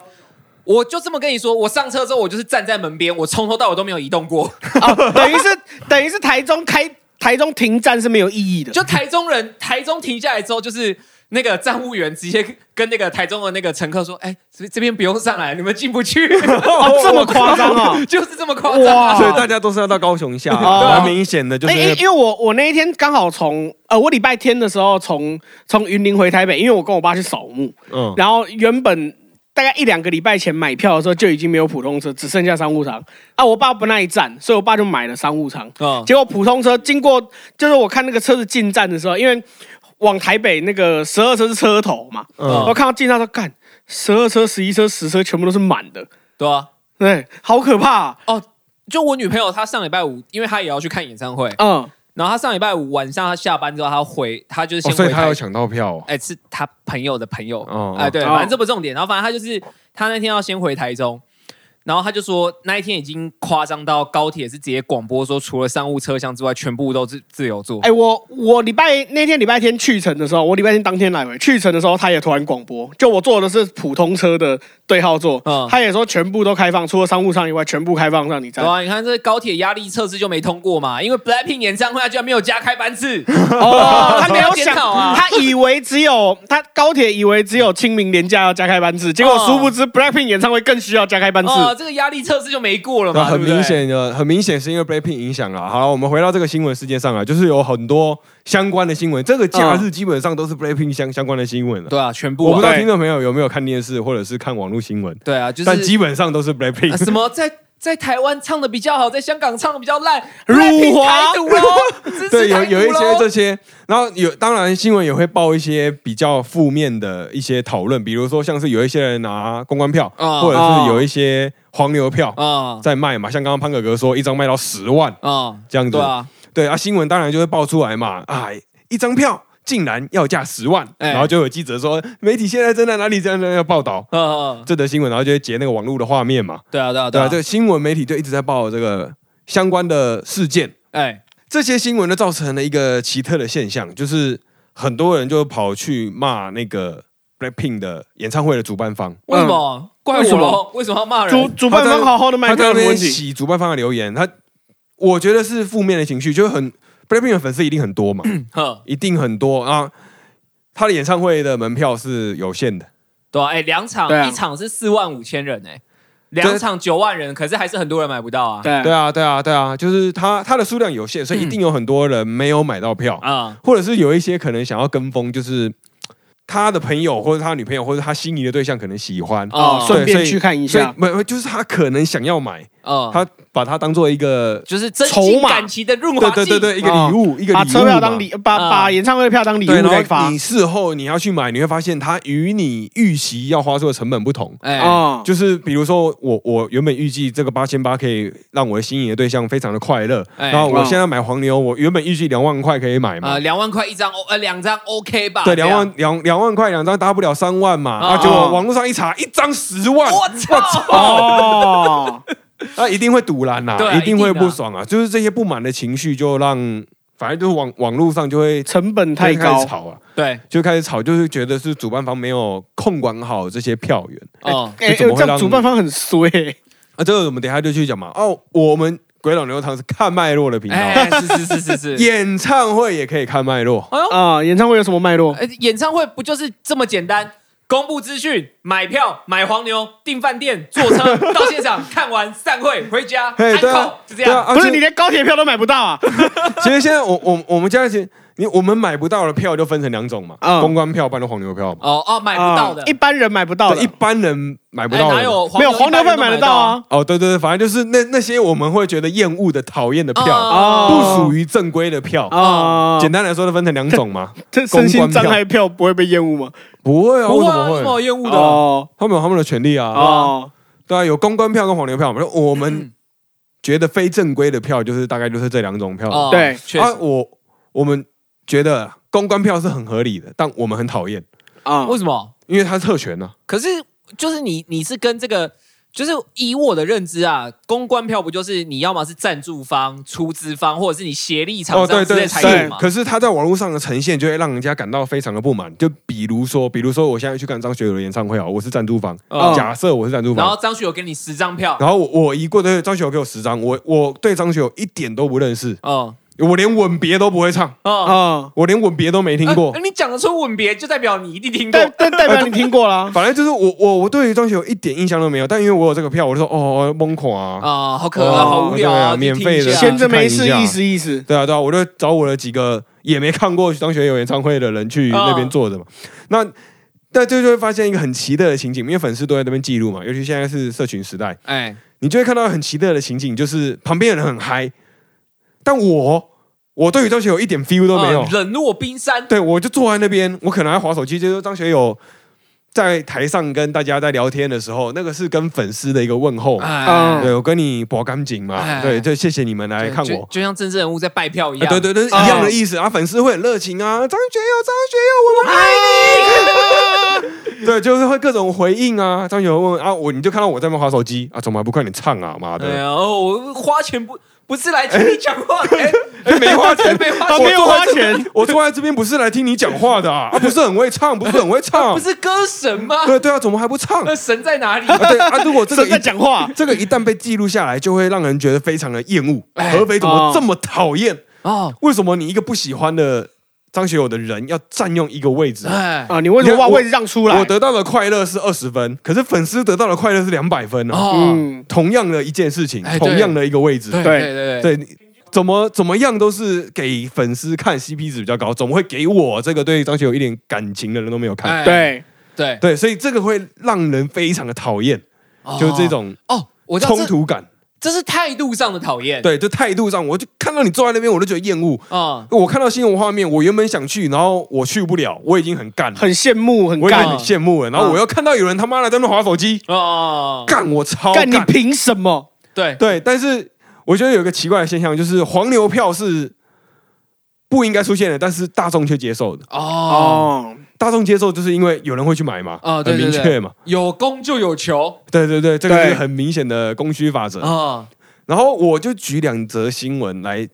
S2: 我就这么跟你说，我上车之后，我就是站在门边，我从头到尾都没有移动过。
S1: 嗯
S3: 哦，等于是等于是台中开台中停站是没有意义的，
S2: 就台中人，台中停下来之后，就是那个站务员直接跟那个台中的那个乘客说：“哎，这这边不用上来，你们进 不去。
S3: 哦这么夸张啊！
S1: 哦
S2: 就是这么夸张啊、
S3: 哇
S1: 所以大家都是要到高雄下，
S3: 哦
S1: 蛮明显的， 就是
S3: 哎、因因为我我那一天刚好从呃，我礼拜天的时候从从云林回台北，因为我跟我爸去扫墓，
S1: 嗯，
S3: 然后原本大概一两个礼拜前买票的时候就已经没有普通车，只剩下商务舱啊。我爸不耐站，所以我爸就买了商务舱。
S2: 嗯
S3: 结果普通车经过，就是我看那个车子进站的时候，因为往台北那个十二车是车头嘛，
S1: 嗯
S3: 我看到进站说干十二车、十一车、十车全部都是满的，
S2: 对啊，
S3: 对，好可怕、啊。
S2: 哦，就我女朋友她上礼拜五，因为她也要去看演唱会，
S3: 嗯，
S2: 然后她上礼拜五晚上她下班之后，她回，她就是
S1: 哦
S2: 先
S1: 所
S2: 回
S1: 以他
S2: 台
S1: 要抢到票哦，
S2: 哎、是他朋友的朋友，哎、
S1: 哦哦
S2: 对，
S3: 哦
S2: 反正这不重点。然后反正他就是他那天要先回台中，然后他就说那一天已经夸张到高铁是直接广播说，除了商务车厢之外，全部都是自由座。
S3: 哎、我我礼拜那天礼拜天去程的时候，我礼拜天当天来回去程的时候，他也突然广播，就我坐的是普通车的对号座，
S2: 嗯
S3: 他也说全部都开放，除了商务舱以外，全部开放让你
S2: 对
S3: 站。
S2: 啊，你看这高铁压力测试就没通过嘛，因为 Blackpink 演唱会他居然没有加开班次，
S3: 哦，他没有
S2: 检
S3: 想，
S2: 讨啊
S3: 他以为只有他高铁以为只有清明年假要加开班次，结果
S2: 哦
S3: 殊不知 Blackpink 演唱会更需要加开班次。
S2: 哦，么这个压力测试就没过了
S1: 那
S2: 嘛？
S1: 啊很
S2: 对不对
S1: 明，显的，很明显是因为 Blackpink 影响啊了。好了，我们回到这个新闻事件上啊，就是有很多相关的新闻，这个假日基本上都是 Blackpink 相相关的新闻了。
S2: 嗯对啊，全部
S1: 我不知
S2: 啊
S1: 道
S3: 对
S1: 听众朋友有没有看电视或者是看网络新闻，
S2: 对啊，就
S1: 但
S2: 是
S1: 基本上都是 Blackpink
S2: 啊。什么在在台湾唱的比较好，在香港唱的比较烂，
S3: 辱华
S2: 台独喽，支 持
S1: 对，有
S2: 台独
S1: 有一些
S2: 咯
S1: 这些，然后有当然新闻也会报一些比较负面的一些讨论，比如说像是有一些人拿公关票，
S2: 啊
S1: 或者是有一些黄牛票
S2: 啊
S1: 在卖嘛，像刚刚潘哥哥说，一张卖到十万
S2: 啊，
S1: 这样子，
S2: 对啊，
S1: 对啊，新闻当然就会爆出来嘛，啊，一张票竟然要价十万，
S2: 哎
S1: 然后就有记者说媒体现在正在哪里这样这样要报道
S2: 嗯嗯，
S1: 这则新闻，然后就会截那个网络的画面
S3: 哦
S1: 嘛，
S2: 对啊对啊
S1: 对
S2: 对
S1: 啊，
S2: 啊，
S1: 这个新闻媒体就一直在报这个相关的事件。
S2: 哎
S1: 这些新闻呢，造成了一个奇特的现象，就是很多人就跑去骂那个 Blackpink 的演唱会的主办方，
S2: 为什么啊怪我
S3: 为什
S2: 喽
S3: 么？
S2: 为什么要骂
S3: 主
S2: 人？
S3: 主办
S1: 他
S3: 方
S1: 在
S3: 好好
S1: 他
S3: 的卖
S1: 在
S3: 票
S1: 那
S3: 有问
S1: 边
S3: 题，
S1: 洗主办方的留言，他我觉得是负面的情绪，就是很 Blackpink 的粉丝一定很多嘛，
S2: 呵，
S1: 一定很多啊。他的演唱会的门票是有限的，
S2: 对啊，哎，两场
S3: 对啊
S2: 一场是四万五千人哎，两场九万人，可是还是很多人买不到啊。
S3: 对
S1: 对啊，对啊，对啊，就是他他的数量有限，所以一定有很多人没有买到票，
S2: 啊，
S1: 或者是有一些可能想要跟风，就是他的朋友或者他女朋友或者他心仪的对象可能喜欢，
S3: 哦，顺
S1: 对所
S3: 便
S1: 以
S3: 去看一
S1: 所以
S3: 下，哦
S1: 没有，就是他可能想要买，
S2: 嗯，
S1: 他把它当做一个，
S2: 就是真情
S3: 筹码
S2: 感情的润滑
S1: 对
S2: 剂。
S1: 对对对，一个礼物，一个
S3: 哦把
S1: 礼
S3: 车
S1: 物
S3: 票
S1: 嘛
S3: 当礼，把
S2: 啊
S3: 把演唱会票当礼
S1: 对，
S3: 物在
S1: 然后
S3: 发
S1: 你，事后你要去买，你会发现它与你预期要花出的成本不同。
S2: 哎，
S3: 啊，
S1: 就是比如说我我原本预计这个八千八可以让我的心仪的对象非常的快乐，
S2: 哎
S1: 然后我
S3: 哇
S1: 现在买黄牛，我原本预计两万块可以买嘛
S2: 啊，，两万块一张，哦呃，两张 OK 吧？
S1: 对，
S2: 这
S1: 两
S2: 样
S1: 万两两万块两张，大不了三万嘛，
S2: 啊
S1: 啊，结果
S3: 啊
S1: 网络上一查，一张十万，
S2: 我操！
S3: 哦，
S1: 那一定会堵拦呐
S2: 对，啊
S1: 一定
S2: 一
S1: 会
S2: 定的啊
S1: 不爽啊！就是这些不满的情绪，就让反正就是网网络上就会
S3: 成本太
S1: 就开始
S3: 高。
S1: 吵啊，
S2: 对，
S1: 就开始吵，就是觉得是主办方没有控管好这些票源
S2: 哦，
S3: 哎，哎
S1: 怎么会
S3: 这
S1: 让
S3: 样主办方很衰，哎
S1: 啊。这个我们等一下就去讲嘛。哦，我们鬼佬牛肉汤是看脉络的频道，
S2: 哎，是是是是是。哦
S1: 演唱会也可以看脉络。
S3: 啊，演唱会有什么脉络？
S2: 呃，演唱会不就是这么简单？公布资讯，买票，买黄牛，订饭店，坐车到现场，看完散会，回家，
S1: 嘿，
S2: 安
S1: 对啊
S2: 扣，，呃就这
S1: 对啊，
S2: 样。
S1: 啊
S3: 不是
S1: 其
S3: 你
S1: 实
S3: 连高铁票都买不到啊！
S1: 其实现在我我我们家其实你我们买不到的票就分成两种嘛，
S3: 嗯
S1: 公关票、不然就黄牛票嘛。
S2: 哦哦，买不到的，
S3: 啊一般人买不到的
S1: 对，一，般人买不
S2: 哎
S1: 到的嘛，
S2: 哪有黄
S3: 没有黄牛票
S2: 一般
S3: 买
S2: 人
S3: 得
S2: 都
S3: 到啊？
S1: 哦，对对对，反正就是那那些我们会觉得厌恶的、讨厌的
S2: 买得到
S1: 票，
S2: 啊？
S3: 哦
S1: 不属于正规的票。
S3: 啊，
S1: 简单来说，它分成两种嘛。
S3: 这身心障碍票不会被厌恶吗？
S1: 不会啊，
S2: 不
S1: 为
S2: 会
S1: 什
S2: 啊，有什
S1: 么
S2: 么
S1: 会？
S2: 厌恶的？
S3: 哦
S1: 他们有他们的权利啊。
S3: 哦，
S1: 对啊，有公关票跟黄牛票嘛。我们
S2: 嗯
S1: 觉得非正规的票，就是大概就是这两种票。
S2: 哦
S1: 啊，
S3: 对
S2: 确实。
S1: 我我们觉得公关票是很合理的，但我们很讨厌，
S3: 啊
S2: 为什么？
S1: 因为它是特权啊呢。
S2: 可是就是你，你是跟这个。就是以我的认知啊，公关票不就是你要么是赞助方、出资方，或者是你协力厂
S1: 哦，对
S2: 商之类
S1: 对
S2: 才
S1: 是
S2: 有，嘛？
S1: 可是他在网络上的呈现就会让人家感到非常的不满。就比如说，比如说我现在去看张学友的演唱会啊，我是赞助方，
S2: 哦
S1: 假设我是赞助
S2: 然后
S1: 方，
S2: 张学友给你十张票，
S1: 然后我我一过对张学友给我十张，我我对张学友一点都不认识，
S2: 哦
S1: 我连吻别都不会唱，
S2: 哦，
S3: 啊！
S1: 我连吻别都没听过
S2: 呃。你讲得出吻别，就代表你一定听过
S3: 但但代
S1: 哎，
S3: 表你听过
S2: 啊
S3: 啦
S1: 反正就是我我我对于张学友一点印象都没有，但因为我有这个票，我就说哦哦懵狂啊，
S2: 啊，好可
S1: 哦
S2: 爱，好无聊
S1: 对啊
S2: 去
S1: 免
S2: 听
S1: 费
S2: 一
S1: 的
S2: 下
S3: 闲着没事
S1: 看一下
S3: 意思意思。
S1: 对啊对啊，我就找我的几个也没看过张学友演唱会的人去
S2: 哦
S1: 那边坐着嘛。那那就就会发现一个很奇特的情景，因为粉丝都在那边记录嘛，尤其现在是社群时代，
S2: 哎，
S1: 你就会看到很奇特的情景，就是旁边的人很嗨，但我我对于张学友一点 feel 都没有
S2: 啊，冷若冰山，
S1: 对，我就坐在那边，我可能还划手机，就是张学友在台上跟大家在聊天的时候，那个是跟粉丝的一个问候嘛。
S2: 哎，
S1: 对，我跟你博干净嘛，
S2: 哎
S1: 对，就谢谢你们嗯来
S2: 就
S1: 看
S2: 就
S1: 我。
S2: 就像政治人物在拜票一
S1: 啊
S2: 样，嗯哦
S1: 对对对，是
S3: 哎
S1: 一样的意思啊！粉丝会很热情啊，张学友，张学友，我
S2: 啊
S1: 们爱你。对， 就是会各种回应啊。张学友问啊，我你就看到我在那边划手机啊，怎么还不快点唱啊？妈
S2: 哎
S1: 的，
S2: 呀，哦，我花钱不不是来听你讲话，哎，
S1: 哎没花钱，
S2: 没花
S3: 他
S2: 钱
S3: 没有花钱，
S1: 我坐在这边不是来听你讲话的 啊，啊不是很会唱，不是很会唱
S2: 啊不，是歌神吗？
S1: 对对啊，怎么还不唱？
S2: 那神在哪里？
S1: 啊，对啊，如果这
S3: 这
S1: 个
S3: 个
S1: 一
S3: 在讲话
S1: 这个一旦被记录下来，就会让人觉得非常的厌恶
S2: 哎。
S1: 合肥怎么
S3: 哦
S1: 这么讨厌？
S2: 哦，
S1: 为什么你一个不喜欢的张学友的人要占用一个位置。
S2: 哎，
S3: 啊，你为什么把
S1: 你看我
S3: 位置让出来？
S1: 我得到的快乐是二十分，可是粉丝得到的快乐是两百分啊！
S2: 哦，
S3: 嗯，
S1: 同样的一件事情
S2: 哎，对
S1: 同样的一个位置，
S2: 对对对对，
S1: 对，你怎么怎么样都是给粉丝看 CP 值比较高，怎么会给我这个对张学友一点感情的人都没有看？
S2: 哎
S3: 对，
S2: 对，
S1: 对，所以这个会让人非常的讨厌，就这种
S2: 哦哦，我知道
S1: 冲
S2: 这
S1: 突感。
S2: 这是态度上的讨厌，
S1: 对，就态度上，我就看到你坐在那边，我就觉得厌恶。
S2: 啊，
S1: 我看到新闻画面，我原本想去，然后我去不了，我已经很干了，
S3: 很羡慕，很
S1: 我已经
S3: 干
S1: 很羡慕了。然后我又看到有人他妈的在那划手机，
S2: 哦，
S1: 干我超
S3: 干，
S1: 干
S3: 你。凭什么？
S2: 对，
S1: 对，但是我觉得有一个奇怪的现象，就是黄牛票是不应该出现的，但是大众却接受的。
S2: 哦，
S3: 哦，
S1: 大众接受就是因为有人会去买嘛，
S2: 哦对
S1: 很
S2: 对
S1: 明
S2: 对
S1: 确嘛。
S2: 有功就有求
S1: 对对对，这个是
S3: 对
S1: 很明显的供需法则。
S2: 啊
S1: 然后我就举两则新闻来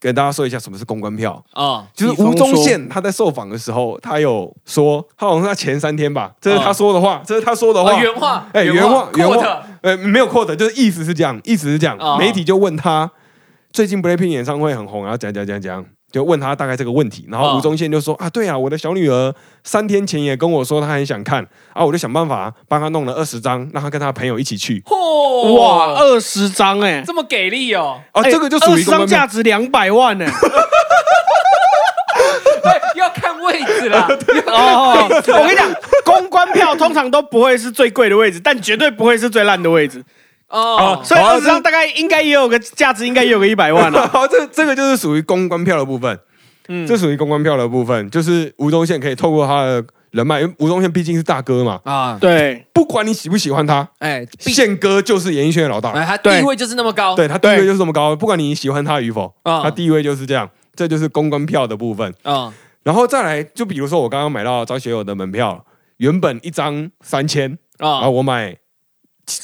S1: 跟大家说一下什么是公关票。
S2: 啊，
S1: 就是吴宗宪他在受访的时候，他有说，他好像是他前三天吧，这是他说的话，这是他说的话
S2: 哦，原话，
S1: 哎原话原话
S2: quote，
S1: 呃，没有 quote，就是意思是这样，意思是这样。
S2: 哦
S1: 媒体就问他，最近 BLACKPINK 演唱会很红，然后讲讲讲讲，就问他大概这个问题。然后
S2: 哦
S1: 吴宗宪就说啊，对啊，我的小女儿三天前也跟我说她很想看啊，我就想办法帮她弄了二十张，让她跟她朋友一起去。
S2: 嚯
S3: 哇，二十张哎，
S2: 这么给力哦！
S1: 啊，哦这个就属
S3: 二
S1: 于
S3: 十
S1: 公
S3: 张
S1: 关票
S3: 价值两百万 欸呢。
S2: 哎要看位 置啦，
S3: 哦，我跟你讲，公关票通常都不会是最贵的位置，但绝对不会是最烂的位置。
S2: 哦，
S3: 所以
S1: 好啊
S3: 二十张大概应该也有个价值，应该也有个一百万啊 了。
S1: 好，这这个就是属于公关票的部分，嗯，这属于公关票的部分，就是吴宗宪可以透过他的人脉，因为吴宗宪毕竟是大哥嘛，
S2: 啊，
S3: 对，
S1: 不管你喜不喜欢他，
S2: 哎，毕
S1: 宪哥就是演艺圈的老
S2: 哎，
S1: 大，
S2: 他地
S3: 对
S2: 位就是那么高，
S1: 对他地位
S3: 对
S1: 就是这么高，不管你喜欢他与否，
S2: 啊
S1: 他地位就是这样，这就是公关票的部分。
S2: 啊，
S1: 然后再来，就比如说我刚刚买到张学友的门票，原本一张三千，然后
S2: 啊，
S1: 我买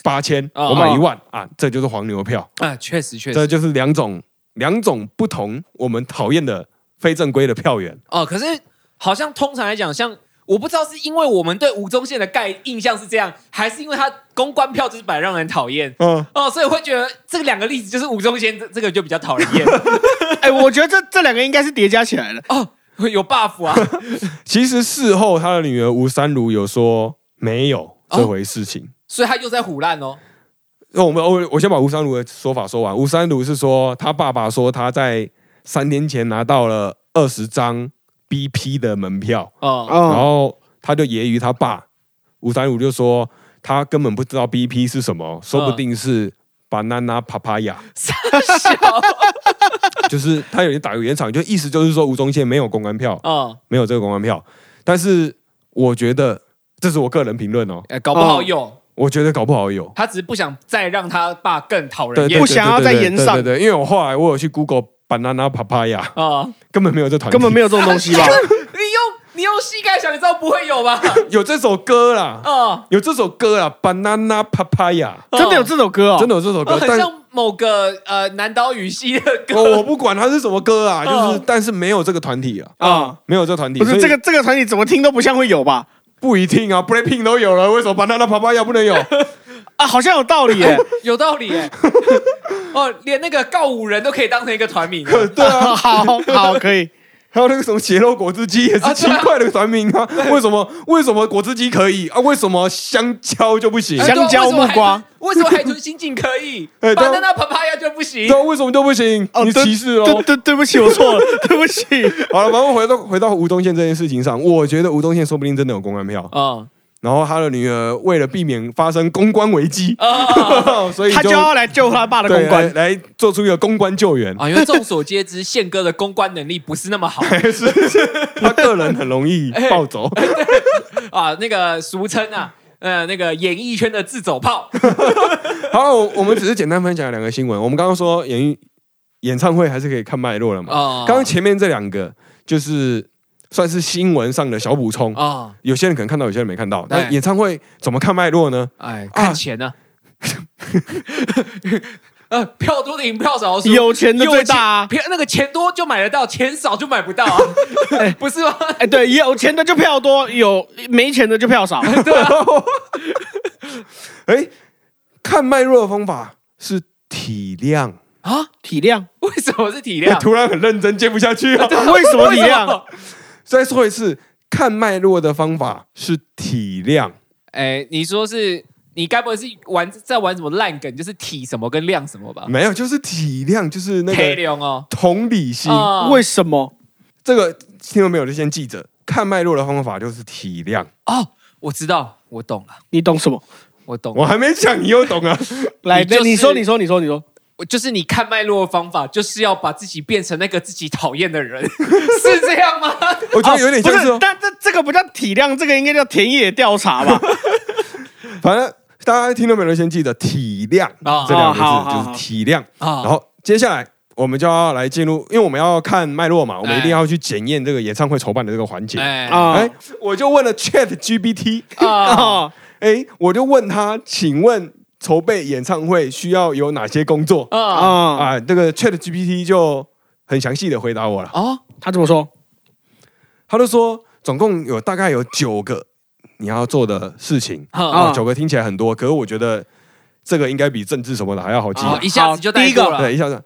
S1: 八千，
S2: 啊
S1: 我买一万啊，这就是黄牛票。
S2: 哎，确实确
S1: 这
S2: 实，
S1: 就是两种两种不同我们讨厌的非正规的票源。
S2: 哦，可是好像通常来讲，像我不知道是因为我们对吴宗宪的概印象是这样，还是因为他公关票就是本来让人讨厌。
S1: 嗯，
S2: 哦，所以我会觉得这两个例子就是吴宗宪这这个就比较讨人 厌
S3: 哎，我觉得这这两个应该是叠加起来的。
S2: 哦，有 buff 啊，
S1: 其实事后他的女儿吴三如有说没有这回事情。
S2: 所以他又在胡乱哦。
S1: 那我们我我先把吴三如的说法说完。吴三如是说，他爸爸说他在三天前拿到了二十张 BP 的门票，
S2: 哦
S1: 然
S3: 哦，
S1: 后他就揶揄他爸。吴三如就说他根本不知道 BP 是什
S3: 哦
S1: 么，说不定是 banana papaya。就是他有点打个圆场，就意思就是说吴宗宪没有公关票，
S2: 哦，
S1: 没有这个公关票。但是我觉得这是我个人评论哦，
S2: 哎，搞不好有，
S1: 我觉得搞不好有。
S2: 他只是不想再让他爸更讨
S1: 对，
S2: 人
S1: 对
S2: 厌
S3: 不想要再延上
S1: 对对对对，因为我后来我有去 Google banana papaya，
S2: 啊。
S1: 根本没有这团体，
S3: 根本没有这种东西吧？
S2: 你用你用膝盖想，你知道不会有吧？
S1: 有这首歌啦，
S2: 哦，
S1: 有这首歌啦，banana papaya，
S3: 真的有这首歌哦？
S1: 真的有这首
S2: 哦，
S1: 歌，
S2: 很
S1: 呃但哦
S2: 像某个呃南岛语系的歌。
S1: 我我不管它是什么歌啊，就
S2: 哦
S1: 是但是没有这个团体啊，
S3: 啊？
S1: 没有这个团体，
S3: 不是
S1: 所以
S3: 这个这个团体怎么听都不像会有吧？
S1: 不一定啊，Blackpink 都有了，为什么 banana papaya 不能 有？
S3: 啊，好像有道理 耶。
S2: 有道理耶。哦，连那个告五人都可以当成一个团名了
S1: 对啊，
S3: 好好可以，
S1: 还有那个什么血肉果汁机也
S2: 啊
S1: 是奇
S2: 对啊
S1: 怪的团名 啊，为什么为什么果汁机可以啊？为什么香蕉就不行？
S2: 哎
S1: 对
S2: 对啊
S3: 香蕉木瓜
S2: 为什么海豚为什么海豚刑警可以，
S1: 哎对啊
S2: 巴拿那帕帕亚就不行？
S1: 啊，为什么就不行？
S3: 哦
S1: 你
S3: 对
S1: 歧视
S3: 对
S1: 哦！
S3: 对对不起，我错了，对不起。
S1: 好了，反正回到回到吴宗宪这件事情上，我觉得吴宗宪说不定真的有公关票，
S2: 啊
S1: 然后他的女儿为了避免发生公关危机，
S3: 哦
S2: 啊
S1: 所以
S3: 他就要来救他爸的
S1: 对
S3: 公关
S1: 来。来做出一个公关救援。
S2: 啊！因为众所皆知，宪哥的公关能力不是那么好
S1: 是是， 他个人很容易暴走。
S3: 哎
S2: 啊，那个俗称啊，呃，那个演艺圈的自走炮。
S1: 好，我我们只是简单分享两个新闻。我们刚刚说演艺演唱会还是可以看脉络了嘛？
S2: 哦
S1: 刚刚前面这两个就是算是新闻上的小补充，
S3: 哦
S2: 啊，
S1: 有些人可能看到，有些人没看
S3: 哎
S1: 到。
S2: 对
S1: 那演唱会怎么看脉络呢？
S2: 哎，看钱呢、 呃，票多的赢票少的输，
S3: 有钱的最大啊！
S2: 票那个钱多就买得到，钱少就买不到 啊，不是吗？
S3: 哎，对，有钱的就票多，有没钱的就 票少。
S1: 哎，看脉络的方法是体谅。
S2: 啊？
S3: 体 谅，
S2: 为什么是体
S1: 欸
S2: 谅？
S1: 突然很认真，接不下去啊了。
S3: 为什么体
S2: 为什
S3: 谅？
S2: 么？
S1: 再说一次，看脉络的方法是体谅。
S2: 哎，你说是你该不会是玩在玩什么烂梗，就是体什么跟量什么
S3: 啊
S2: 吧？
S1: 没有，就是体谅，就是那
S2: 体
S1: 个
S2: 谅哦，
S1: 同理心。
S2: 啊
S3: 为什么？
S1: 这个听到没有？就先记着，看脉络的方法就是体谅。
S2: 哦，我知道，我懂了，
S3: 你懂什么？
S2: 我懂了
S1: 我还没讲，你又懂 啊？
S3: 来，
S2: 你就是
S3: 你说，你说，你说，你说，
S2: 我就是你看脉络的方法，就是要把自己变成那个自己讨厌的人，是这样吗？
S1: 我觉得有点像
S3: 不
S1: 是
S3: 是
S1: 哦，，
S3: 但这这个不叫体谅，这个应该叫田野调查吧？
S1: 反正大家听到没有？先记得体谅
S2: 哦
S1: 这两个
S3: 哦好好
S1: 字，
S3: 好
S1: 就是体谅。
S2: 啊
S1: 然后接下来我们就要来进入，因为我们要看脉络嘛，我
S3: 哎
S1: 们一定要去检验这个演唱会筹办的这个环节。
S2: 哎啊
S3: 啊
S1: 哎，我就问了 Chat GPT，
S2: 啊！
S3: 啊，
S1: 哎，我就问他，请问筹备演唱会需要有哪些工作？
S2: 啊
S3: 啊，
S1: 啊，这个 Chat GPT 就很详细的回答我了，
S2: 哦，
S3: 他怎么说？
S1: 他就说总共有大概有九个你要做的事情
S2: 啊
S3: 哦
S1: 啊，九个听起来很多，可是我觉得这个应该比政治什么的还要好记啊
S2: 哦，一下子就带过了
S1: 对，一下子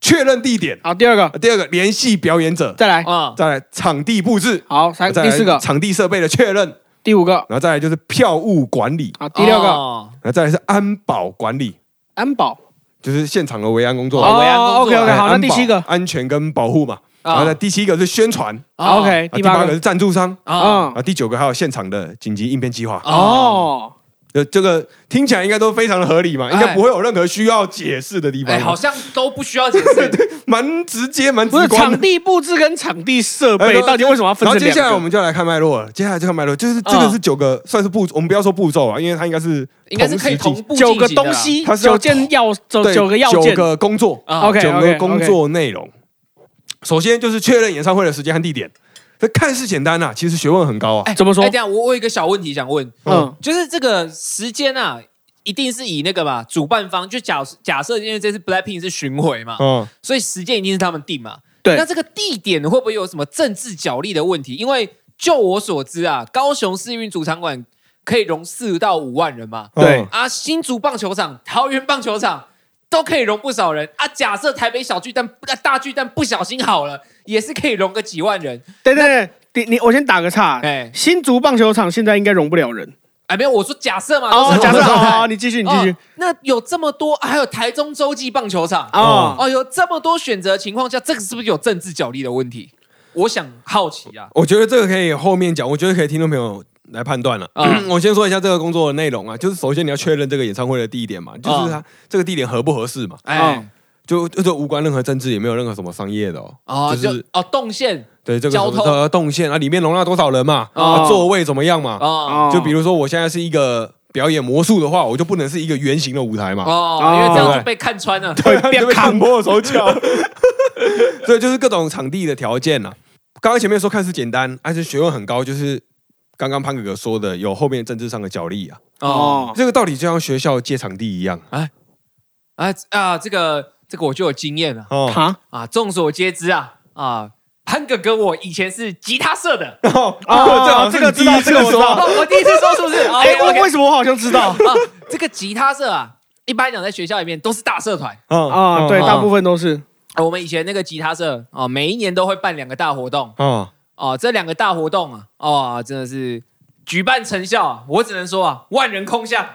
S1: 确认地点，
S3: 好，第二个，
S1: 第二个联系表演者，
S3: 再来，
S2: 啊
S1: 再来场地布置，
S3: 好，才
S1: 再
S3: 第
S1: 来
S3: 四个，
S1: 场地设备的确认，
S3: 第五个，
S1: 然后再来就是票务管理，
S3: 好，第六个，
S2: 哦
S1: 然后再来是安保管理，
S3: 安保。
S1: 就是现场的维安工作。
S2: 哦维安工作
S3: OK OK，
S1: 哎
S3: 好，那
S1: 安
S3: 第
S1: 保
S3: 七个
S1: 安全跟保护嘛，然后呢，第七个是宣传，
S2: 啊
S3: ，OK，
S1: 啊第
S3: 哎第
S1: 八
S3: 八
S1: 个
S3: 个嗯
S1: 是，赞助商，
S2: 啊
S1: 啊，第九个还有现场的紧急应变计划。
S2: 哦，
S3: 哦，
S1: 呃，这个听起来应该都非常的合理嘛，应该
S2: 哎
S1: 不会有任何需要解释的地
S2: 哎，
S1: 方
S2: 好
S1: 嘛，
S2: 像都不需要解释
S1: 蛮直接，蛮直
S3: 不是
S1: 观
S3: 场
S1: 的。
S3: 地布置跟场地设
S1: 哎
S3: 备
S1: 对
S3: 到底为什么要分
S1: 然后
S3: 成
S1: 接
S3: 两
S1: 下来我
S3: 个？
S1: 们就来看脉络了，接下来就看脉络，就是这个是九个算是步，我们不要说步骤啊，因为它应该是
S2: 应该是可以
S1: 同
S2: 同
S1: 时
S2: 步
S3: 九个
S2: 进行的
S3: 东
S2: 啦
S3: 西，
S1: 它是要
S3: 九件要
S1: 进
S3: 九
S1: 对
S3: 九个要
S1: 九
S3: 件。
S1: 个工作，
S2: 啊
S3: OK，
S1: 九个
S3: OK，OK
S1: 工作内容。首先就是确认演唱会的时间和地点，这看似简单呐，其实学问很高啊。
S2: 哎
S3: 怎么说
S2: 哎，这样我我有一个小问题想问，
S3: 嗯
S2: 就是这个时间啊，一定是以那个吧，主办方就假假设，因为这次 Blackpink 是巡回嘛，
S1: 嗯，
S2: 所以时间一定是他们定嘛。
S3: 对
S2: 那这个地点会不会有什么政治角力的问题？因为就我所知啊，高雄市运主场馆可以容四到五万人嘛，
S3: 对
S1: 嗯
S2: 啊，新竹棒球场、桃园棒球场都可以容不少人啊。假设台北小巨蛋、啊大巨蛋不小心好了，也是可以容个几万人。
S3: 对对对，你你我先打个岔
S2: 哎。
S3: 新竹棒球场现在应该容不了人。
S2: 哎，没有，我说假设嘛，
S3: 哦，
S2: 都是
S3: 假
S2: 我
S3: 设
S2: 的
S3: 好
S2: 状态
S3: 好，好你继续，你继续
S2: 哦。那有这么多，啊还有台中洲际棒球场
S1: 哦
S3: 哦，
S2: 哦，有这么多选择情况下，这个是不是有政治角力的问题？我想好奇啊，
S1: 我觉得这个可以后面讲，我觉得可以听众朋友来判断了、
S2: 嗯
S1: 我先说一下这个工作的内容啊，就是首先你要确认这个演唱会的地点
S2: 啊
S1: 嘛，就是它这个地点合不合适嘛，
S2: 哎，
S1: 就就这无关任何政治，也没有任何什么商业的哦。
S2: 哦，
S1: 就
S2: 就是哦动线
S1: 对这个
S2: 交
S1: 什么
S2: 通
S1: 呃动线啊，里面容纳多少人嘛，
S2: 哦
S1: 啊座位怎么样嘛？
S2: 哦
S1: 就比如说我现在是一个表演魔术的话，我就不能是一个圆形的舞台嘛。
S2: 哦，因为这
S1: 对不
S2: 样就
S1: 对
S2: 被看穿了。
S1: 会
S3: 变
S1: 砍破手脚。所以就是各种场地的条件啦、刚刚前面说看似简单，但是学问很高，就是刚刚潘哥哥说的，有后面政治上的角力啊。
S2: 哦，
S3: 哦，
S1: 这个道理就像学校借场地一样
S2: 啊啊，这个这个我就有经验了
S1: 哦。
S3: 哈
S2: 啊，众所皆知啊啊，潘哥哥我以前是吉他社的，
S1: 哦，
S3: 哦，这个知道，这个我知 道。
S2: 哦，我第一次说是不是？
S3: 哎，
S2: 哎，
S3: 我
S2: 我
S3: 为什么我好像知道？
S2: 啊这个吉他社啊，一般讲在学校里面都是大社团。
S1: 啊
S3: 啊，对，
S2: 哦
S3: 大部分都是。
S2: 啊我们以前那个吉他社啊，每一年都会办两个大活动
S1: 啊，
S2: 哦，这两个大活动啊，哦，真的是举办成效啊，我只能说啊，万人空巷。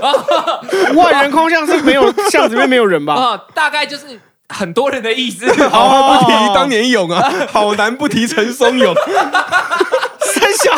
S3: 万人空巷是没有巷子里面没有人吧？
S2: 啊、大概就是很多人的意思。
S1: 好汉不提当年勇啊，好男不提陈松勇。
S3: 三小，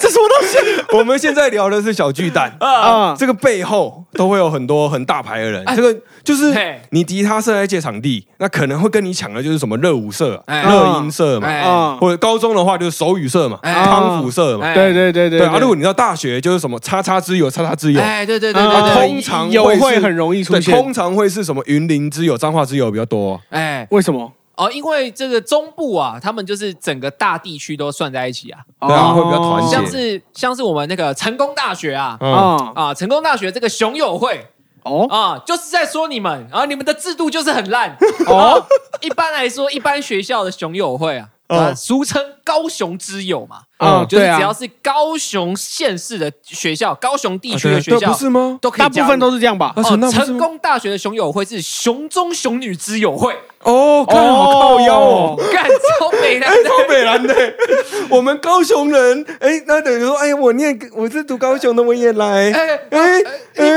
S3: 这什么东西
S1: 我们现在聊的是小巨蛋。
S3: 啊？
S1: 这个背后都会有很多很大牌的人，这个就是
S2: 嘿
S1: 你吉他社在借场地，那可能会跟你抢的就是什么热舞社啊、
S2: 哎
S1: 热音社嘛，
S2: 哎
S3: 啊，
S1: 或者高中的话就是手语社嘛、
S2: 哎
S1: 康复社嘛，
S2: 哎
S3: 对对对对
S1: 对啊。如果你到大学就是什么叉叉之友、叉叉之友，
S2: 哎，对对对对
S1: 啊
S3: 啊
S2: 对，
S1: 通常
S3: 有
S1: 会是
S3: 会很容易出
S1: 对，
S3: 现
S1: 通。常会是什么云林之友、彰化之友比较多
S2: 哎
S3: 为什么？
S2: 哦，因为这个中部啊，他们就是整个大地区都算在一起啊，
S3: 哦
S1: 对啊会比较团
S3: 团
S1: 结
S2: 像是像是我们那个成功大学啊。
S1: 啊。
S3: 啊
S2: 啊，成功大学这个熊友会
S3: 哦
S2: 啊，就是在说你们啊，你们的制度就是很烂
S3: 哦
S2: 一般来说，一般学校的熊友会啊，啊，
S1: 哦
S2: 俗称高雄之友嘛，
S1: 哦
S3: 啊，
S2: 就是
S3: 对
S2: 只要
S3: 啊，
S2: 是高雄县市的学校、高雄地区
S1: 啊对
S2: 的学
S1: 对
S2: 校
S1: 不，是吗？
S2: 都可以
S3: 大部
S2: 加入
S3: 分都是这样吧
S1: 啊。
S2: 哦
S1: 成大，不是
S2: 成功大学的熊友会是熊中熊女之友会，
S1: 哦，看好靠腰 哦。
S2: 干哎超美的，
S1: 超北蓝的， 我们高雄人，哎、那等于说，哎、我念我是读高雄的，我也来，哎
S2: 哎
S1: 哎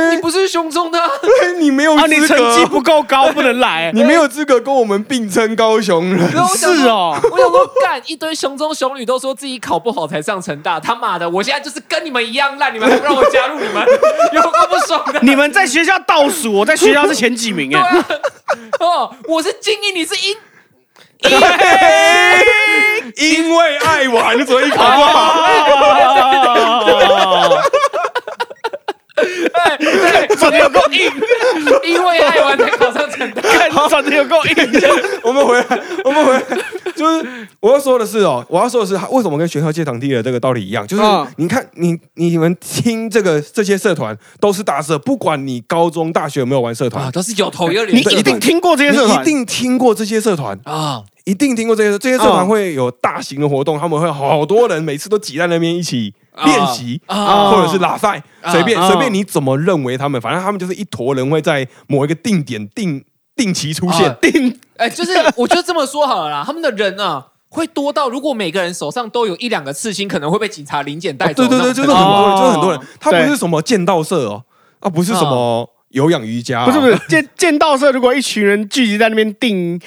S2: 你你不是熊中的 啊，
S1: 你没有
S3: 啊，你
S1: 资
S3: 成
S1: 格，
S3: 绩不够高，不能 来。
S1: 你没有资格跟我们并称高雄人。
S2: 然后我想说
S3: 是哦
S2: 我想说干一堆熊中熊女都说自己考不好才上成大，他妈的，我现在就是跟你们一样烂，你们还不让我加入你 们，有够不爽的。
S3: 你们在学校倒数，我在学校是前几名
S2: 对
S3: 哎。
S2: 啊，哦，我是精英，你是英，
S1: 因为爱玩，所以考不好。
S3: 啊
S2: 哎对，
S3: 转的有够硬，
S2: 因为爱玩才考上成大。
S3: 看转的有 够硬。
S1: 我们回来， 我们回来，就是我要说的是哦，我要说的是，为什么跟学校借堂弟的这个道理一样？就是
S3: 嗯
S1: 你看，你你们听这个这些社团都是大社，不管你高中、大学有没有玩社团
S2: 啊，，都是有头有
S3: 你
S2: 脸的
S3: 一定听过这些社
S1: 你
S3: 团
S1: 一，定听过这些社团，
S2: 啊，
S1: 一定听过这些这些社团
S3: 嗯
S1: 会有大型的活
S3: 啊
S1: 动，他们会好多人每次都挤在那边一起
S2: 啊
S1: 练习。
S2: 啊
S1: 或者是拉赛，
S2: 啊
S1: 随便
S3: 啊
S1: 随便你怎么认为他们，反正他们就是一坨人会在某一个定点定定期出现
S2: 啊。
S3: 定
S2: 哎，就是我就这么说好了啦，他们的人啊。会多到，如果每个人手上都有一两个刺青，可能会被警察临检带走。
S1: 啊对对对，就是很
S2: 那种啊
S1: 多人，
S3: 哦
S1: 就是很多人。他不
S3: 对
S1: 是什么剑道社哦，啊，不是什么有氧瑜伽哦，
S3: 不是不是剑剑道社，如果一群人聚集在那边定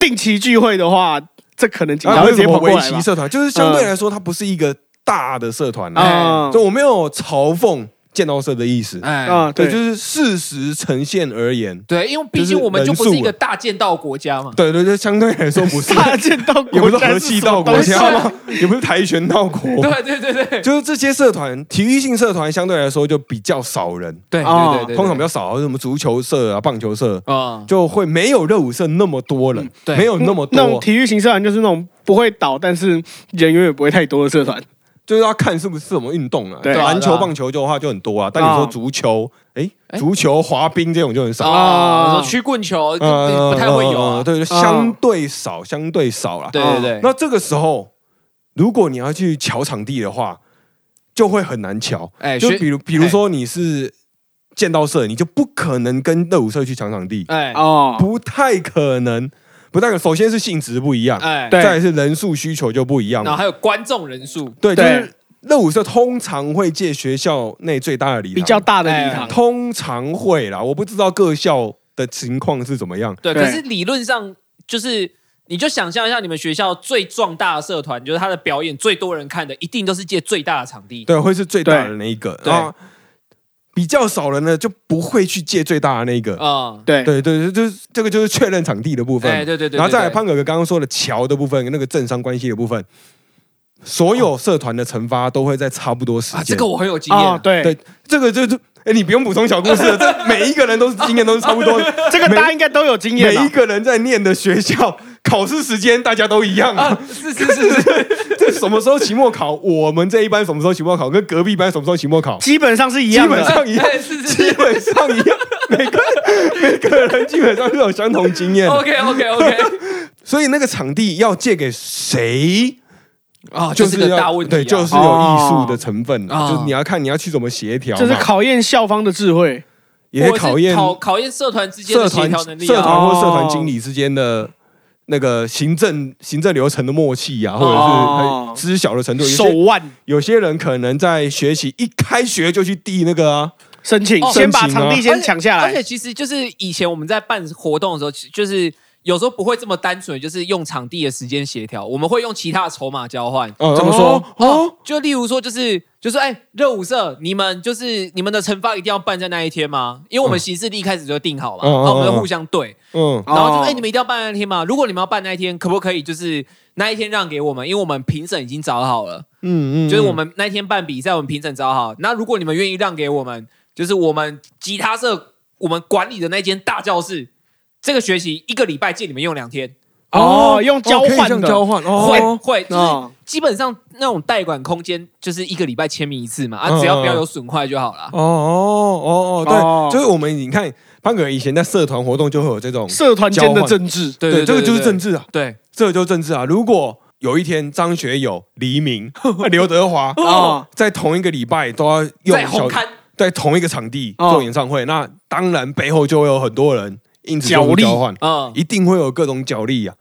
S3: 定期聚会的话，这可能警
S1: 啊，
S3: 察
S1: 不
S3: 会
S1: 是
S3: 直
S1: 什
S3: 接
S1: 么
S3: 跑过
S1: 围
S3: 来吧
S1: 棋。社团，就是相对来说，它不是一个大的社团啊。
S3: 啊
S1: 就我没有嘲讽剑道社的意思，
S2: 哎，
S3: 啊，
S1: 对，
S3: 对，
S1: 就
S3: 就是
S1: 是事实呈现而言，
S2: 对，因为毕竟我们就不是一个大剑道国家嘛。
S1: 对对对，相对来说不 是，
S3: 大剑道
S1: 也不
S3: 国
S1: 是
S3: 家
S1: 和气道国
S3: 是什
S1: 家
S3: 么东 西啊
S1: 吗？也不是跆拳道国，
S2: 对对对对
S1: 就是这些社团，体育性社团相对来说就比较少人，
S2: 对
S3: 哦
S2: 对对，
S1: 通常比较少，什么足球社啊、棒球社，
S2: 啊，
S1: 就会没有热舞社那么多人，
S2: 对
S1: 没有那么
S3: 那种
S1: 多，
S3: 体育型社团就是那种不会倒，但是人永远不会太多的社团。
S1: 就是要看是不是什么运动啊。
S3: 对
S1: 篮
S2: 对
S1: 球、
S2: 啊
S1: 棒球就的话就很多啊，但你说
S3: 哦
S1: 足球，哎
S2: 哎，
S1: 足球、滑冰这种就很少。
S2: 啊，说曲棍球
S1: 呃
S2: 不太会有
S1: 呃
S2: 啊。
S1: 对，就相对少，相对少啦。
S2: 对对对，
S1: 那这个时候，如果你要去瞧场地的话，就会很难瞧。
S2: 哎
S1: 就
S2: 学
S1: 比如，比如说你是剑道社，你就不可能跟热舞社去抢场地，
S2: 哎
S3: 哦，
S1: 不太可能，不太可能。首先是性质不一样，
S2: 哎，
S3: 对
S1: 再来是人数需求就不一样
S2: 然后
S1: 嘛。
S2: 还有观众人数，
S1: 对，就
S3: 对
S1: 是热舞社通常会借学校内最大的礼堂，
S3: 比较大的礼堂，
S1: 通常会啦，我不知道各校的情况是怎么样。
S2: 对，
S3: 对
S2: 可是理论上就是。你就想象一下，你们学校最壮大的社团，就是他的表演最多人看的，一定都是借最大的场地。
S1: 对，会是最大的那一个，
S2: 对
S1: 然后比较少人呢就不会去借最大的那一个。
S2: 啊，
S3: 对哦
S1: 对对，对就是这个就是确认场地的部分，
S2: 哎，对对对，
S1: 然后再来
S2: 对
S1: 胖哥哥刚刚说的桥的部分，那个政商关系的部分，所有社团的惩罚都会在差不多时
S2: 啊，
S1: 间。
S2: 这个我很有经验
S3: 哦
S2: 啊，，
S3: 对，
S1: 对，这个就是哎，你不用补充小故事了， 这每一个人都是经验都是差不多的，
S3: 这个大家应该都有经验
S1: 每
S3: 啊
S1: 一。个人在念的学校考试时间大家都一样啊。
S2: 是是是是，
S1: 这什么时候期末考？我们这一班什么时候期末考？跟隔壁班什么时候期末考？
S3: 基本上是一
S1: 基
S3: 样
S1: 本
S3: 的，
S1: 上一样，
S2: 对哎是是是
S1: 基本上一样， 每个每个人基本上都有相同经验的，
S2: OK OK OK，
S1: 所以那个场地要借给谁，
S2: 啊，
S1: 就
S2: 就是个
S1: 要
S2: 大问题啊，
S1: 对，就是有艺术的成分的，
S2: 哦
S1: 就是你要看你要去怎么协调嘛，
S3: 就是考验校方的智慧。
S1: 也
S2: 或者是
S1: 考验
S2: 考考验社团之间
S1: 社
S2: 的协
S1: 团
S2: 调能力
S1: 社
S2: 啊，
S1: 团或
S3: 哦
S1: 社团经理之间的。那个行政行政流程的默契啊，或
S3: 哦
S1: 者是知晓的程度，有
S3: 手
S1: 些
S3: 腕
S1: 有些人可能在学习一开学就去递那个啊，
S3: 申请
S2: 哦，
S3: 先把
S1: 申请啊
S3: 场地先抢下
S2: 而且
S3: 来。
S2: 其实就是以前我们在办活动的时候，其就是有时候不会这么单纯，就是用场地的时间协调，我们会用其他的筹码交换。
S1: 呃
S3: 怎么说？
S1: 哦，
S2: 就例如说，就是就是，哎、热舞社，你们就是你们的惩罚一定要办在那一天吗？因为我们行事历一开始就定好嘛，
S1: 嗯
S2: 然后我们
S1: 嗯嗯
S2: 就互相对，
S1: 嗯，
S2: 然后就说，
S3: 哦
S2: 哎、你们一定要办那一天吗？如果你们要办那一天，可不可以就是那一天让给我们？因为我们评审已经找好了。
S1: 嗯嗯，
S2: 就是我们那天办比赛，我们评审找好。那如果你们愿意让给我们，就是我们吉他社我们管理的那间大教室，这个学期一个礼拜借你们用两天，
S3: 哦，用交
S1: 哦可以这
S3: 换
S1: 样
S3: 的，
S1: 交换
S2: 会
S1: 哦，
S2: 会就是
S3: 哦
S2: 基本上那种代管空间就是一个礼拜签名一次嘛，啊，
S1: 嗯
S2: 只要不要有损坏就好了
S1: 哦。哦哦
S3: 哦
S1: 哦，对，就是我们你看潘哥以前在社团活动就会有这种，
S3: 社团间的政治。
S2: 对
S1: 这个就是
S2: 对
S1: 政治啊，
S2: 对
S1: 这个就是政治啊。如果有一天张学友、黎明、 刘德 华
S3: 哦
S1: 在同一个礼拜都要用
S2: 在
S1: 小
S2: 红勘
S1: 在同一个场地
S3: 哦
S1: 做演唱会，那当然背后就会有很多人因此做出
S3: 角力哦
S1: 交换，
S2: 嗯
S1: 一定会有各种角力啊。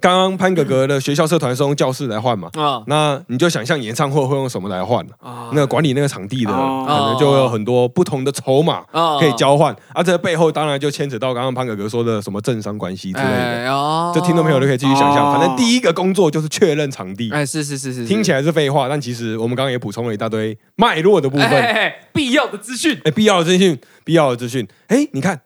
S1: 刚刚潘哥哥的学校社团是用教室来换嘛，
S2: 嗯
S1: 那你就想象演唱会会用什么来换啊
S2: 啊
S1: 那个管理那个场地的，
S3: 哦
S1: 可能就会有很多不同的筹码
S2: 啊
S1: 可以交换啊。这背后当然就牵扯到刚刚潘哥哥说的什么政商关系之类的，
S2: 哦
S1: 这听众朋友就可以继续想象。
S3: 哎哦
S1: 反正第一个工作就是确认场地，
S2: 哎，是是是是，
S1: 听起
S2: 来
S1: 来是废话，但其实我们刚刚也补充了一大堆脉络的部分，哎，
S2: 必要的资讯
S1: 必要的资讯，必要的资讯。哎，你看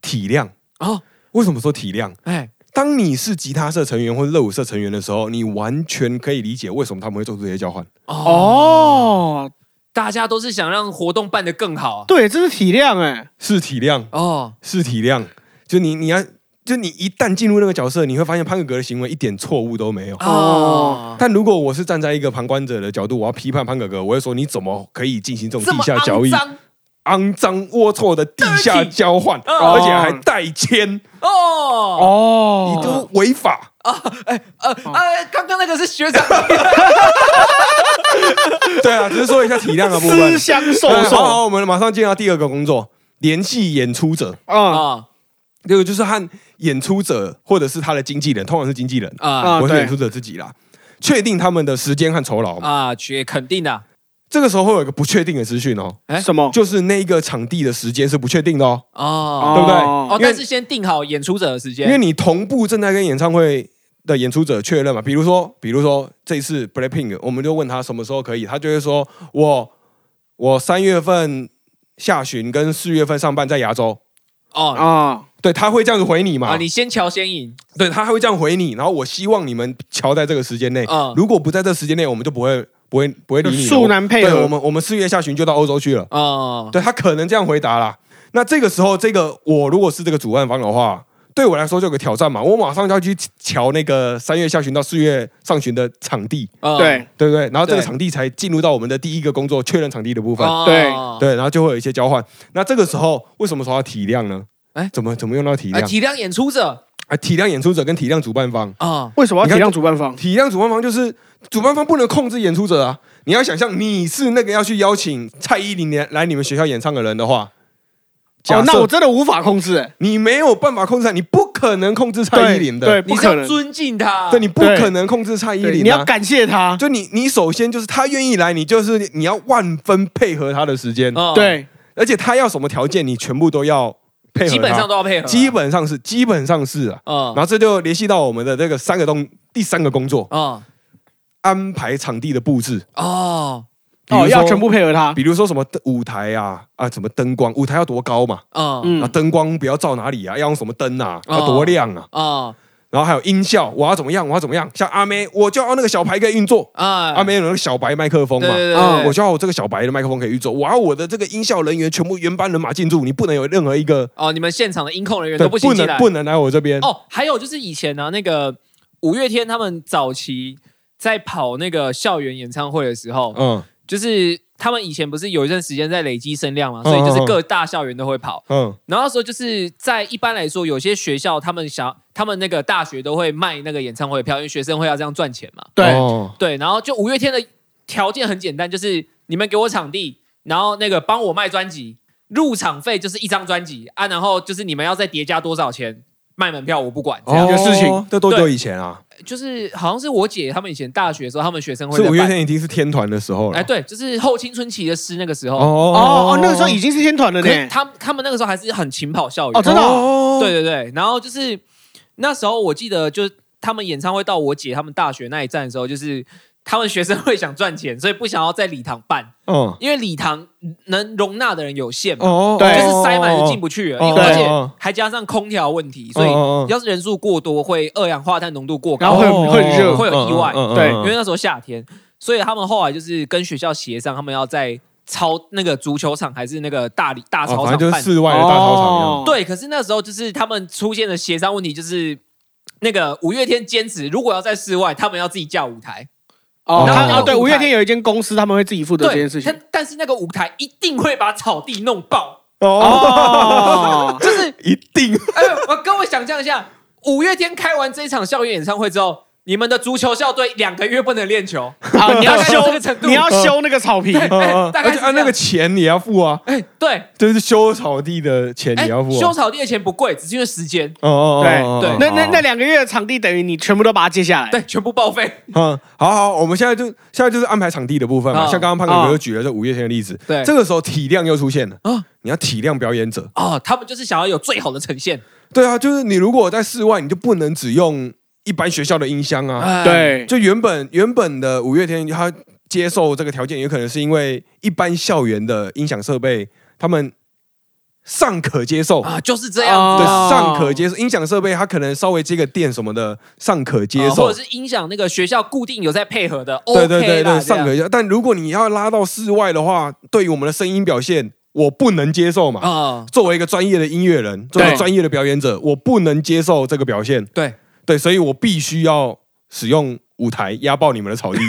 S1: 体量，
S2: 哦，
S1: 为什么说体量？
S2: 哎，
S1: 当你是吉他社成员或者热舞社成员的时候，你完全可以理解为什么他们会做出这些交换。
S3: 哦，
S2: 大家都是想让活动办得更好啊
S3: 对，这是体谅哎，
S1: 是体量，
S2: 哦，
S1: 是体量，就你你要，就你一旦进入那个角色，你会发现潘哥哥的行为一点错误都没有。
S2: 哦，
S1: 但如果我是站在一个旁观者的角度，我要批判潘哥哥，我会说你怎么可以进行这种
S2: 这
S1: 地
S2: 么
S1: 下交易
S2: 肮、脏
S1: 肮脏龌龊的地下
S2: Dirty
S1: 交换，
S2: 哦
S1: 而且还代签，
S2: 哦
S3: 哦，
S1: 你都违 法。
S2: 呃呃，刚刚那个是学长，
S1: 对啊，只是说一下体量的部分
S3: 私。相授
S1: 对哎好
S3: 受
S1: 好，我们马上进到第二个工作，联系演出者。
S3: 啊
S2: 啊
S1: 这个就是和演出者或者是他的经纪人，通常是经纪人，
S2: 啊
S3: 啊
S1: 我是
S3: 对
S1: 演出者自己啦，确定他们的时间和酬劳嘛。
S2: 啊，去肯定的，
S1: 这个时候会有一个不确定的资讯哦，
S2: 哎
S3: 什么？
S1: 就是那一个场地的时间是不确定的哦，
S2: 哦
S1: 对不对？
S3: 哦
S2: 哦，
S1: 因为
S2: 但是先定好演出者的时
S1: 因为
S2: 间，
S1: 你同步正在跟演唱会的演出者确认嘛，比如说，比如说这一次 Blackpink，我们就问他什么时候可以，他就会说我我三月份下旬跟四月份上半在亚洲，
S2: 哦
S3: 啊，
S1: 对，他会这样子回你嘛？
S2: 啊，你先瞧先赢，
S1: 对他还会这样回你，然后我希望你们瞧在这个时间内，
S2: 嗯
S1: 如果不在这时间内，我们就不会不会不会理你了。
S3: 恕难配
S1: 对，我
S3: 合
S1: 们我们四月下旬就到欧洲去了。
S2: 哦，
S1: 对他可能这样回答啦。那这个时候，这个我如果是这个主办方的话，对我来说就有个挑战嘛，我马上就要去瞧那个三月下旬到四月上旬的场地，
S2: 嗯
S3: 对，
S1: 对不对？然后这个
S2: 对
S1: 场地才进入到我们的第一个工作确认场地的部分。
S2: 哦
S3: 对
S1: 对，然后就会有一些交换。那这个时候为什么说要体谅呢？哎
S2: 哎，
S1: 怎么怎么用到体
S2: 啊，
S1: 谅？
S2: 体谅演出者
S1: 啊，体谅演出者跟体谅主办方。
S2: 啊，
S3: 为什么要
S1: 你看
S3: 体谅主办方？
S1: 体谅主办方就是主办方不能控制演出者啊！你要想象你是那个要去邀请蔡依林来来你们学校演唱的人的话，假
S3: 哦，那我
S1: 设
S3: 真的无法控制哎，
S1: 你没有办法控制，你不可能控制蔡依林的，
S3: 对，
S2: 你
S3: 不
S2: 是
S3: 可
S2: 要
S3: 能，
S2: 尊敬他，
S1: 对，你不可能控制蔡依
S3: 对
S1: 林、啊，
S3: 你要感谢他，
S1: 就你你首先就是他愿意来，你就是你要万分配合他的时间，
S2: 哦，
S3: 对，
S1: 而且他要什么条件，你全部都要配合他，
S2: 基本上都要配合，
S1: 基本上是基本上是啊，
S3: 哦
S2: 嗯，
S1: 然后这就联系到我们的这个三个动第三个工作，
S2: 哦
S1: 安排场地的布置。
S2: 哦
S1: 比如
S3: 哦，
S1: 说
S3: 要全部配合
S2: 啊
S3: 他，
S1: 比如说什么灯舞台啊啊，什么灯光，舞台要多高嘛，
S2: 哦
S1: 啊
S3: 嗯，
S1: 灯光不要照哪里啊，要用什么灯啊，
S2: 哦
S1: 要多亮啊，
S2: 哦
S1: 然后还有音效，我要怎么样，我要怎么样，像阿妹，我就要那个小牌可以运作，
S2: 啊
S1: 阿妹有那个小白麦克风
S2: 对
S1: 嘛啊
S2: 对。对
S3: 嗯
S2: 对，
S1: 我就要我这个小白的麦克风可以运作，我要我的这个音效人员全部原班人马进驻，你不能有任何一个
S2: 哦，你们现场的音控人员
S1: 对
S2: 都不
S1: 不
S2: 行进
S1: 能
S2: 来，
S1: 不能来我这边。
S2: 哦，还有就是以前呢、那个五月天他们早期在跑那个校园演唱会的时候，
S1: 嗯
S2: 就是他们以前不是有一段时间在累积声量嘛，所以就是各大校园都会跑。
S1: 嗯
S2: 然后那时候就是在一般来说，有些学校他们想，他们那个大学都会卖那个演唱会票，因为学生会要这样赚钱嘛。
S3: 对，
S1: 哦
S2: 对，然后就五月天的条件很简单，就是你们给我场地，然后那个帮我卖专辑，入场费就是一张专辑啊，然后就是你们要再叠加多少钱卖门票，我不管这样。
S1: 哦
S3: 这个事情
S1: 这多久
S2: 对
S1: 以前啊？
S2: 就是好像是我姐他们以前大学的时候，他们学生会
S1: 是
S2: 在
S1: 五月
S2: 办。
S1: 天已经是天团的时候了。
S2: 哎，对，就是后青春期的诗那个时候，
S3: 哦哦，那个时候已经是天团了
S2: 可是
S3: 呢，
S2: 他他们那个时候还是很勤跑校园。
S3: 哦真的
S1: 哦
S2: 对对对，然后就是那时候我记得，就是他们演唱会到我姐他们大学那一站的时候，就是他们学生会想赚钱，所以不想要在礼堂办，
S1: 嗯
S2: 因为礼堂能容纳的人有限嘛，
S1: 哦，
S3: 对
S2: 就是塞满就
S1: 就
S2: 进不去了，
S1: 哦
S2: 因为而
S1: 哦
S2: 且还加上空调问题，所以
S1: 以
S2: 要是人数过多，会二氧化碳浓度过
S3: 然
S1: 哦
S3: 后
S2: 高
S3: 会， 会热
S2: 哦
S3: 嗯
S2: 会有意外
S3: 对
S2: 因为那时候夏天，所以他们后来就是跟学校协商，他们要在操那个足球场还是那个大理大
S1: 哦
S2: 操
S1: 反
S2: 场
S1: 正就
S2: 办。
S1: 是室外的大操场一样。
S3: 哦
S2: 对，可是那时候就是他们出现的协商问题，就是那个五月天坚持，如果要在室外，他们要自己架舞台。
S3: 哦，
S1: 然后
S3: 他
S1: 那个
S3: 哦，对，
S2: 舞台
S3: 五月天有一间公司，他们会自己负责这件事情
S2: 但。但是那个舞台一定会把草地弄爆，
S3: 哦，
S2: 就是
S1: 一定
S2: 哎，我跟我想象一下，五月天开完这一场校园演唱会之后，你们的足球校队两个月不能练 球，
S3: 好，啊你要
S2: 大概就
S3: 修
S2: 这个程度
S3: 你要修那个草坪，
S1: 嗯嗯，
S2: 大
S1: 而
S2: 概是
S1: 且
S2: 这样
S1: 按那个钱你也要付啊，
S2: 对，
S1: 就是修草地的钱
S2: 哎
S1: 你要付、
S2: 修
S1: 啊。
S2: 草地的钱不贵，只是因为时间，
S1: 哦哦哦，
S2: 对
S1: 哦
S3: 那那那
S1: 哦
S3: 两个月的场地等于你全部都把它借下
S1: 哎
S3: 来。
S2: 对，全部报废，
S1: 嗯，好好，我们现在就现在就是安排场地的部分嘛，
S2: 啊
S1: 像刚刚胖哥就举了这五月天的例子，
S2: 对
S1: 这个时候体量又出现了
S2: 啊
S1: 啊，你要体谅表演者，
S2: 哦，他们就是想要有最好的呈现，
S1: 对啊，就是你如果在室外，你就不能只用一般学校的音箱啊，
S2: 哎，
S3: 对，
S1: 就原本原本的五月天，他接受这个条件，有可能是因为一般校园的音响设备，他们尚可接受。
S2: 啊，就是这样
S1: 对，
S2: 子啊。
S3: 哦
S1: 尚可接受。音响设备，他可能稍微接个电什么的，尚可接
S2: 啊
S1: 受
S2: 或。者是音响那个学校固定有在配合的，
S1: 对对对
S2: OK 啦
S1: 对，
S2: 这样
S1: 尚可接受。但如果你要拉到室外的话，对于我们的声音表现，我不能接受嘛。
S2: 啊，
S1: 作为一个专业的音乐人，作为一个
S3: 对
S1: 专业的表演者，我不能接受这个表现。
S2: 对，
S1: 对，所以我必须要使用舞台压爆你们的草地。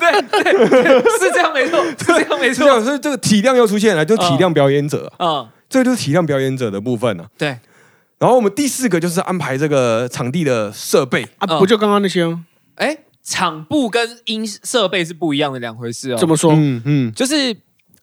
S2: 是这样没 错，是这样没
S1: 是这
S2: 错，
S1: 样，所以这个体量又出现了，就体量表演者，
S2: 嗯，
S1: 这个就是体量表演者的部分了、啊。
S2: 对，
S1: 然后我们第四个就是安排这个场地的设备，
S3: 啊，
S2: 嗯
S3: 不就刚刚那些吗？
S2: 哎，场部跟音设备是不一样的两回事哦。
S3: 怎么说？
S1: 嗯嗯，
S2: 就是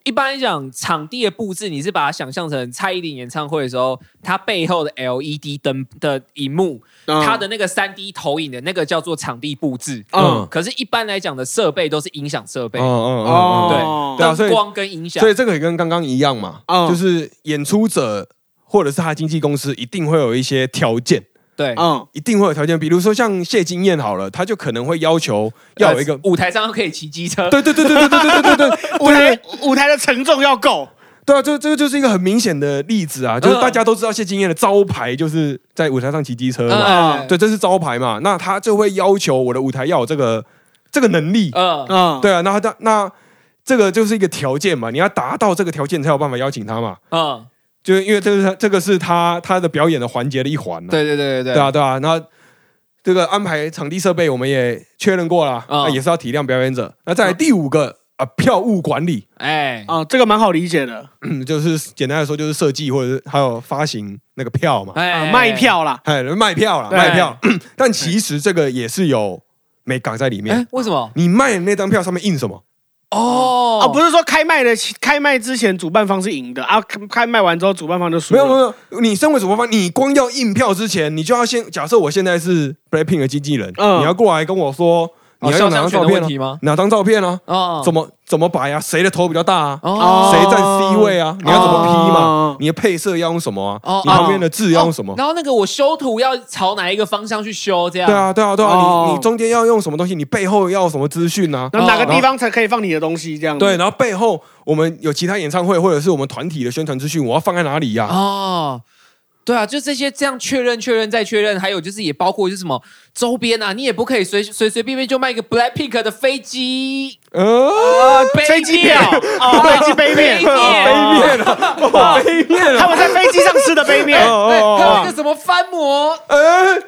S2: 一般来讲，场地的布置，你是把它想象成蔡依林演唱会的时候，它背后的 LED 灯的荧幕，
S3: 嗯
S2: 它的那个三 D 投影的那个叫做场地布置。
S1: 嗯
S2: 可是，一般来讲的设备都是音响设备，
S1: 哦哦
S3: 哦
S1: 哦，
S3: 嗯
S1: 对啊所
S2: 灯
S1: 以
S2: 光跟音响。
S1: 所以这个也跟刚刚一样嘛，
S3: 嗯
S1: 就是演出者或者是他经纪公司一定会有一些条件，
S2: 对，
S3: 嗯，
S1: 一定会有条件，比如说像谢金燕好了，他就可能会要求要有一个
S2: 呃，舞台上可以骑机车。
S1: 对对对对对对对对对对
S3: 舞台舞台的承重要够，
S1: 对啊，这这个就是一个很明显的例子啊，就是大家都知道谢金燕的招牌就是在舞台上骑机车嘛，
S2: 嗯，
S1: 啊对，这是招牌嘛，那他就会要求我的舞台要有这个这个能力，
S2: 嗯，
S3: 嗯，
S1: 对啊，那他那这个就是一个条件嘛，你要达到这个条件才有办法邀请他嘛，
S2: 嗯，
S1: 就是因为这是他这个是他他的表演的环节的一环、啊，
S2: 对对对对
S1: 对，啊对啊，那这个安排场地设备我们也确认过了，
S2: 嗯
S1: 那也是要体谅表演者，那再来第五个。啊，票务管理，
S2: 哎，
S3: 啊，这个蛮好理解的，
S1: 嗯就是简单来说，就是设计或者是还有发行那个票嘛，
S3: 啊
S2: 哎，
S3: 卖。票啦，
S1: 哎，卖票啦，
S3: 对
S1: 卖票。 但其实这个也是有美港在里
S2: 哎
S1: 面。，
S2: 为什么？
S1: 你卖的那张票上面印什么？
S2: 哦，
S1: 啊
S3: 哦，不是说开卖的开卖之前主办方是赢的啊，开开卖完之后主办方就输
S1: 没有没
S3: 了，
S1: 有，没有你身为主办方，你光要印票之前，你就要先假设我现在是 Blackpink 的经纪人，
S3: 嗯
S1: 你要过来跟我说你
S2: 哦
S1: 要用哪张照
S2: 肖像权的
S1: 片
S2: 问题
S1: 啊
S2: 吗？
S1: 哪张照片啊？
S2: 哦，
S1: 怎么怎么摆啊？谁的头比较大啊？
S2: 哦
S1: 谁占 C 位啊？你要怎么 P 嘛
S3: 哦？
S1: 你的配色要用什么啊
S2: 哦？
S1: 你旁边的字要用什么
S2: 哦？然后那个我修图要朝哪一个方向去修？这样
S1: 对，啊对啊对啊！
S3: 哦
S1: 你你中间要用什么东西？你背后要什么资讯啊？
S3: 然后哪个
S2: 哦
S3: 地方才可以放你的东西这样子？
S1: 对，然后背后我们有其他演唱会或者是我们团体的宣传资讯，我要放在哪里呀、
S2: 哦，对啊，就这些这样确认、确认再确认，还有就是也包括就是什么周边啊，你也不可以随随随便便就卖一个 Blackpink 的飞机
S1: 呃，
S2: 啊
S3: 飞机票， 哦，飞机杯面，
S2: 杯面
S1: 杯
S3: 哦
S1: 面啊，哦杯面
S3: 他
S1: 啊，
S3: 们在飞机上吃的
S2: 呃
S3: 杯面
S1: 哦，哦
S2: 对，哎还有
S1: 哦
S2: 那个什么翻模
S1: 哦，哎，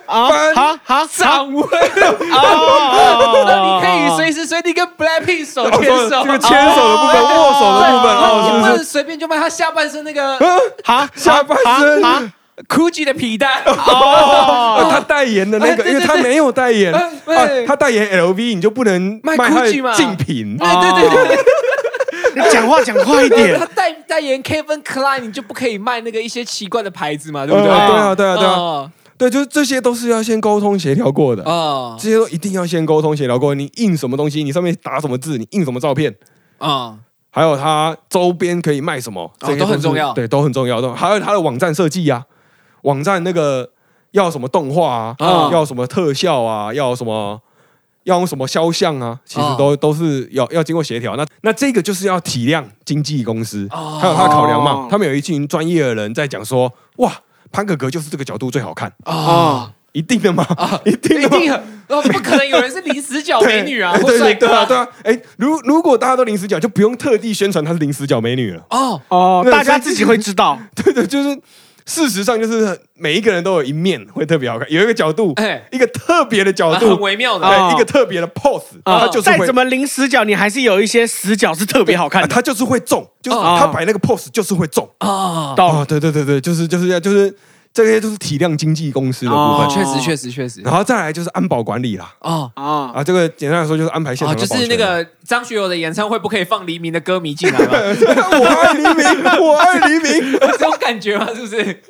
S3: 啊，
S1: 翻
S3: 好好
S2: 掌纹，
S3: 哦
S2: 那你可以随时随地跟 Blackpink 手
S1: 哦
S2: 牵
S1: 说
S2: 手
S1: 这。个牵手的部分，
S3: 哦
S1: 握手的部分，
S2: 你不
S1: 哦，是不
S2: 能
S1: 是？
S2: 随便就卖他下半身那个
S1: 嗯，
S3: 好
S1: 下半身，
S3: 啊
S2: ，GUCCI 的皮带，
S1: 哦，
S3: 哦，
S1: 他代言的那
S2: 哎
S1: 个，
S2: 对
S1: 因为他
S2: 对对
S1: 没有代言，
S2: 哎
S1: 啊
S2: 对
S1: 他代言 LV，你就不能
S2: 卖
S1: 他的
S2: Gucci 嘛
S1: 竞品。
S2: 哎对对对对
S1: 哦
S3: 你讲话讲快一
S2: 对，
S3: 点
S2: 他，代代言 Kevin Klein，你就不可以卖那个一些奇怪的牌子嘛，对不对？
S1: 呃对啊，对啊，对啊，
S2: 啊，
S1: 对，就是这些都是要先沟通协调过的。
S2: 啊
S1: 这些都一定要先沟通协调过。你印什么东西，你上面打什么字，你印什么照片，
S2: 啊！
S1: 还有它周边可以卖什么，
S2: 哦
S1: 这些
S2: 都很
S1: 是
S2: 重要
S1: 对，都很重要。都还有它的网站设计呀、网站那个要什么动画啊，
S2: 啊
S1: 要什么特效啊，要什么。要用什么肖像啊？其实都、都是要要经过协调。那那这个就是要体谅经纪公司，
S2: 哦
S1: 还有他的考量嘛
S3: 哦。
S1: 他们有一群专业的人在讲说，哇，潘哥哥就是这个角度最好看，
S2: 啊，
S3: 哦，
S1: 一定的嘛，一定
S2: 一
S1: 的嘛，
S2: 定很，哦不可能有人是零死角美女啊，或
S1: 对
S2: 帅
S1: 对对
S2: 哥
S1: 啊，
S2: 啊
S1: 对啊，哎，如如果大家都零死角，就不用特地宣传她是零死角美女了。
S2: 哦，
S3: 哦，大家自己会知道，
S1: 对对，就是事实上就是每一个人都有一面会特别好看，有一个角度，
S2: 哎
S1: 一个特别的角
S2: 啊很
S1: 度，哎
S2: 微妙的，
S3: 啊
S1: 对，一个特别的 pose，
S3: 啊
S1: 他哦就是
S3: 再
S1: 会
S3: 怎。么零死角，你还是有一些死角是特别好看
S1: 啊
S3: 的，
S1: 他就是会中，就是
S2: 哦
S1: 他摆那个 pose 就是会中
S2: 啊
S1: 哦，对对对对，就是就是这样，就是这些就是体量经纪公司的部分。
S3: 哦
S2: 确实确实确实
S1: 然后再来就是安保管理啦，
S2: 哦。
S3: 啊，
S1: 啊，这个简单来说就是安排现
S2: 哦，
S1: 场的
S2: 就
S1: 保全、
S2: 是那个张学友的演唱会不可以放黎明的歌迷进来 吗？
S1: 我爱黎明，我爱黎 明。
S2: 有这种感觉吗？是不是？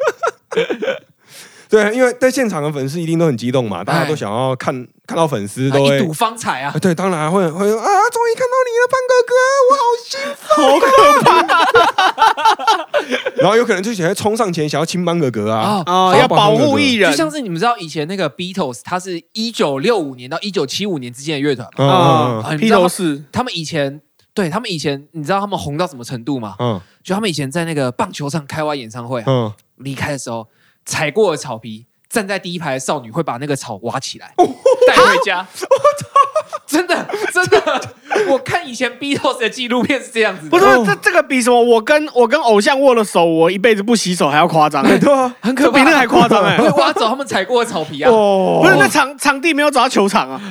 S1: 对，因为在现场的粉丝一定都很激动嘛，大家都想要看看到粉丝
S2: 哎啊
S1: 都
S2: 一
S1: 会。
S2: 睹方才啊
S1: 啊！对，当然会会啊！终于看到你了，班哥哥，我好兴奋，好可 怕！然后有可能就想要冲上前，想要亲班哥哥啊！
S2: 哦，
S3: 啊，
S1: 想
S3: 要保护艺
S2: 就
S3: 人，
S2: 像是你们知道以前那个 Beatles，它是一九六五年到一九七五年之间的乐团嘛，
S1: 嗯嗯
S2: 啊
S3: 啊，
S2: 你
S3: 披
S2: 知道
S3: 头
S2: 吗
S3: 士
S2: 他们以前对他们以前，你知道他们红到什么程度吗？
S1: 嗯
S2: 就他们以前在那个棒球场开完演唱会啊、
S1: 嗯，
S2: 离开的时候，踩过的草皮，站在第一排的少女会把那个草挖起
S3: 哦
S2: 来带回 家。我操！真的真的，我看以前 Beatles 的纪录片是这样子的，
S3: 不是这这个比什么？我跟我跟偶像握了手，我一辈子不洗手还要夸 张，
S1: 对啊，
S2: 很
S3: 这
S2: 可
S3: 比
S2: 怕，
S3: 那个还夸张哎
S2: 会！挖走他们踩过的草皮啊！
S1: 哦，
S3: 不是那场场地没有找到球场啊，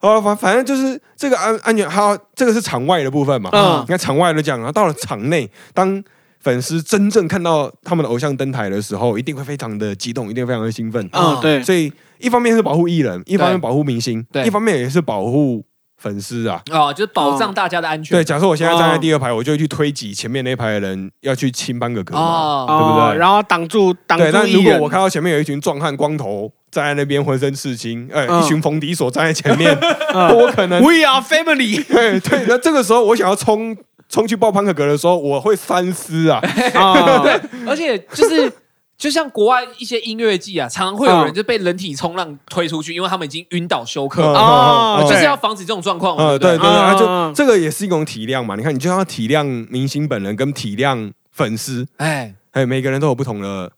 S1: 哦，反反正就是这个安安全，还有这个是场外的部分嘛。
S3: 嗯
S1: 你看场外都讲，然后到了场内，当粉丝真正看到他们的偶像登台的时候，一定会非常的激动，一定会非常的兴奋。
S2: 嗯
S3: 嗯，对，
S1: 所以一方面是保护艺人，一方面保护明星，
S2: 对
S1: 一方面也是保护粉丝啊。
S2: 哦，就是保障大家的
S3: 哦
S2: 安全。
S1: 对，假设我现在站在第二排，我就会去推挤前面那一排的人，要去亲班哥哥嘛。
S2: 哦，
S1: 对不对
S3: 哦然后挡住挡
S1: 对，
S3: 住
S1: 但
S3: 艺
S1: 如果
S3: 人
S1: 我，看到前面有一群壮汉光头站在那边浑身刺青，哎、
S3: 嗯
S1: 一群逢敌手站在前面，
S3: 嗯
S1: 我可能
S3: We are family
S1: 对对，那这个时候我想要冲冲去爆潘可格的时候，我会三思啊。
S3: 啊，
S2: 对，而且就是。就像国外一些音乐季啊，常常会
S3: 哦
S2: 有人就被人体冲浪推出去，因为他们已经晕倒休克了，
S3: 哦
S1: 嗯嗯嗯
S2: 就是要防止这种状况嘛。
S1: 呃，
S2: 对
S1: 对对
S2: 不对
S1: 对，啊，
S3: 嗯嗯
S1: 就
S3: 嗯
S1: 这个也是一种体谅嘛。你看，你就要体谅明星本人跟体谅粉丝，
S2: 哎，
S1: 哎，每个人都有不同的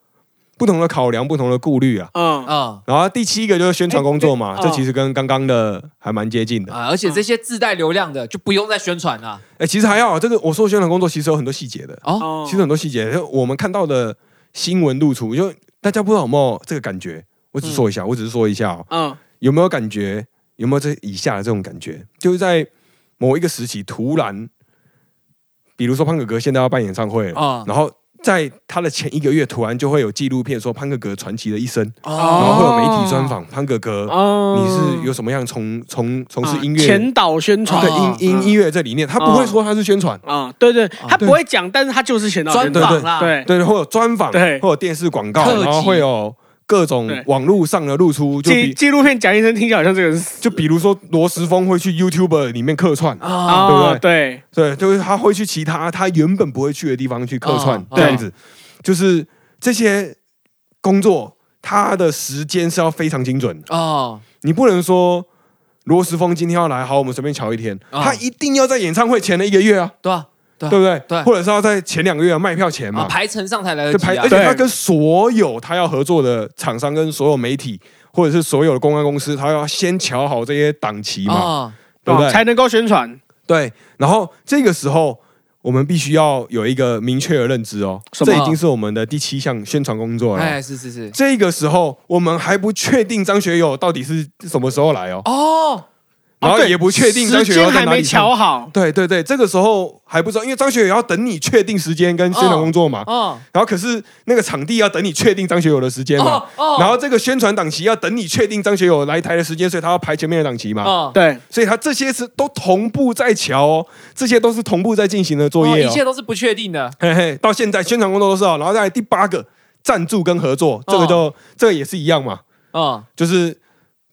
S1: 不同的考量、不同的顾虑啊。
S3: 嗯，
S2: 啊
S1: 然后第七个就是宣传工作嘛
S3: 哎，对嗯
S1: 这
S3: 哦
S1: 其实跟刚刚的还蛮接近的。
S2: 啊！而且这些自带流量的就不用再宣传了。
S1: 哎，其实还好，这个我说宣传工作其实有很多细节的，
S2: 哦
S3: 哦
S1: 其实很多细节，就我们看到的新闻露出，就大家不知道有没有这个感觉。我只说一下，我只是说一下哦。
S3: 嗯
S1: 有没有感觉？有没有这以下的这种感觉？就是在某一个时期，突然，比如说潘可格现在要办演唱会了，
S2: 啊
S1: 然后在他的前一个月，突然就会有纪录片说潘可格传奇的一生，然
S2: 哦
S1: 后会有媒体专访潘可格，
S3: 哦
S1: 你是有什么样从从从
S3: 啊
S1: 事音乐、
S3: 前导宣传
S1: 对
S2: 哦
S1: 音音音乐这理念，他不会说他是宣传，
S3: 啊，对对，他
S1: 对
S3: 不会讲，但是他就是前导宣
S2: 专
S3: 传，
S2: 访啦，
S3: 对
S1: 对，会有专访，
S3: 对
S1: 会有电视广告，
S2: 特辑
S1: 然后会有各种
S3: 对
S1: 网络上的露出，就
S3: 纪
S1: 比
S3: 纪录片讲一声，听起来好像这个人死
S1: 就比如说罗时峰会去 YouTube 里面客串，
S2: 啊，
S3: 啊，对
S1: 哦对，就是他会去其他他原本不会去的地方去客串，
S3: 啊
S2: 哦
S1: 这样子，就是这些工作，他的时间是要非常精准的，
S2: 哦，
S1: 你不能说罗时峰今天要来，好，我们随便瞧一天，
S3: 啊
S2: 哦
S1: 他一定要在演唱会前的一个月啊，
S2: 对啊，对啊
S1: 对不对？
S2: 对
S1: 或者是要在前两个月啊卖票前
S2: 啊，
S1: 嘛，
S2: 排程上才来得
S1: 就
S2: 及
S1: 排，
S2: 啊
S1: 而。且他
S3: 对
S1: 跟所有他要合作的厂商跟所有媒体。或者是所有的公关公司，他要先瞧好这些档期嘛，
S2: 哦，
S1: 对不
S3: 啊
S1: 对？
S3: 才能够宣传
S1: 对，然后这个时候我们必须要有一个明确的认知哦，
S3: 什么
S1: 这已经是我们的第七项宣传工作了哦。
S2: 哎，是是是，
S1: 这个时候我们还不确定张学友到底是什么时候来哦，
S2: 哦，
S1: 然后
S3: 啊对
S1: 也不确定张
S3: 时
S1: 学友
S3: 间
S1: 在
S3: 还
S1: 哪
S3: 没
S1: 里唱。
S3: 瞧啊好，
S1: 对对对，这个时候还不知道，因为张学友要等你确定时间跟宣传工作嘛，
S2: 哦，
S1: 然后可是那个场地要等你确定张学友的时间嘛，
S2: 哦，哦，
S1: 然后这个宣传档期要等你确定张学友来台的时间，所以他要排前面的档期嘛。
S2: 哦，
S3: 对，
S1: 所以他这些是都同步在瞧哦，这些都是同步在进行的作业
S2: 哦
S1: 哦。
S2: 一切都是不确定的。
S1: 嘿嘿，到现在宣传工作都是哦，然后再来第八个赞助跟合作，这个就、这个也是一样嘛，
S2: 哦
S1: 就是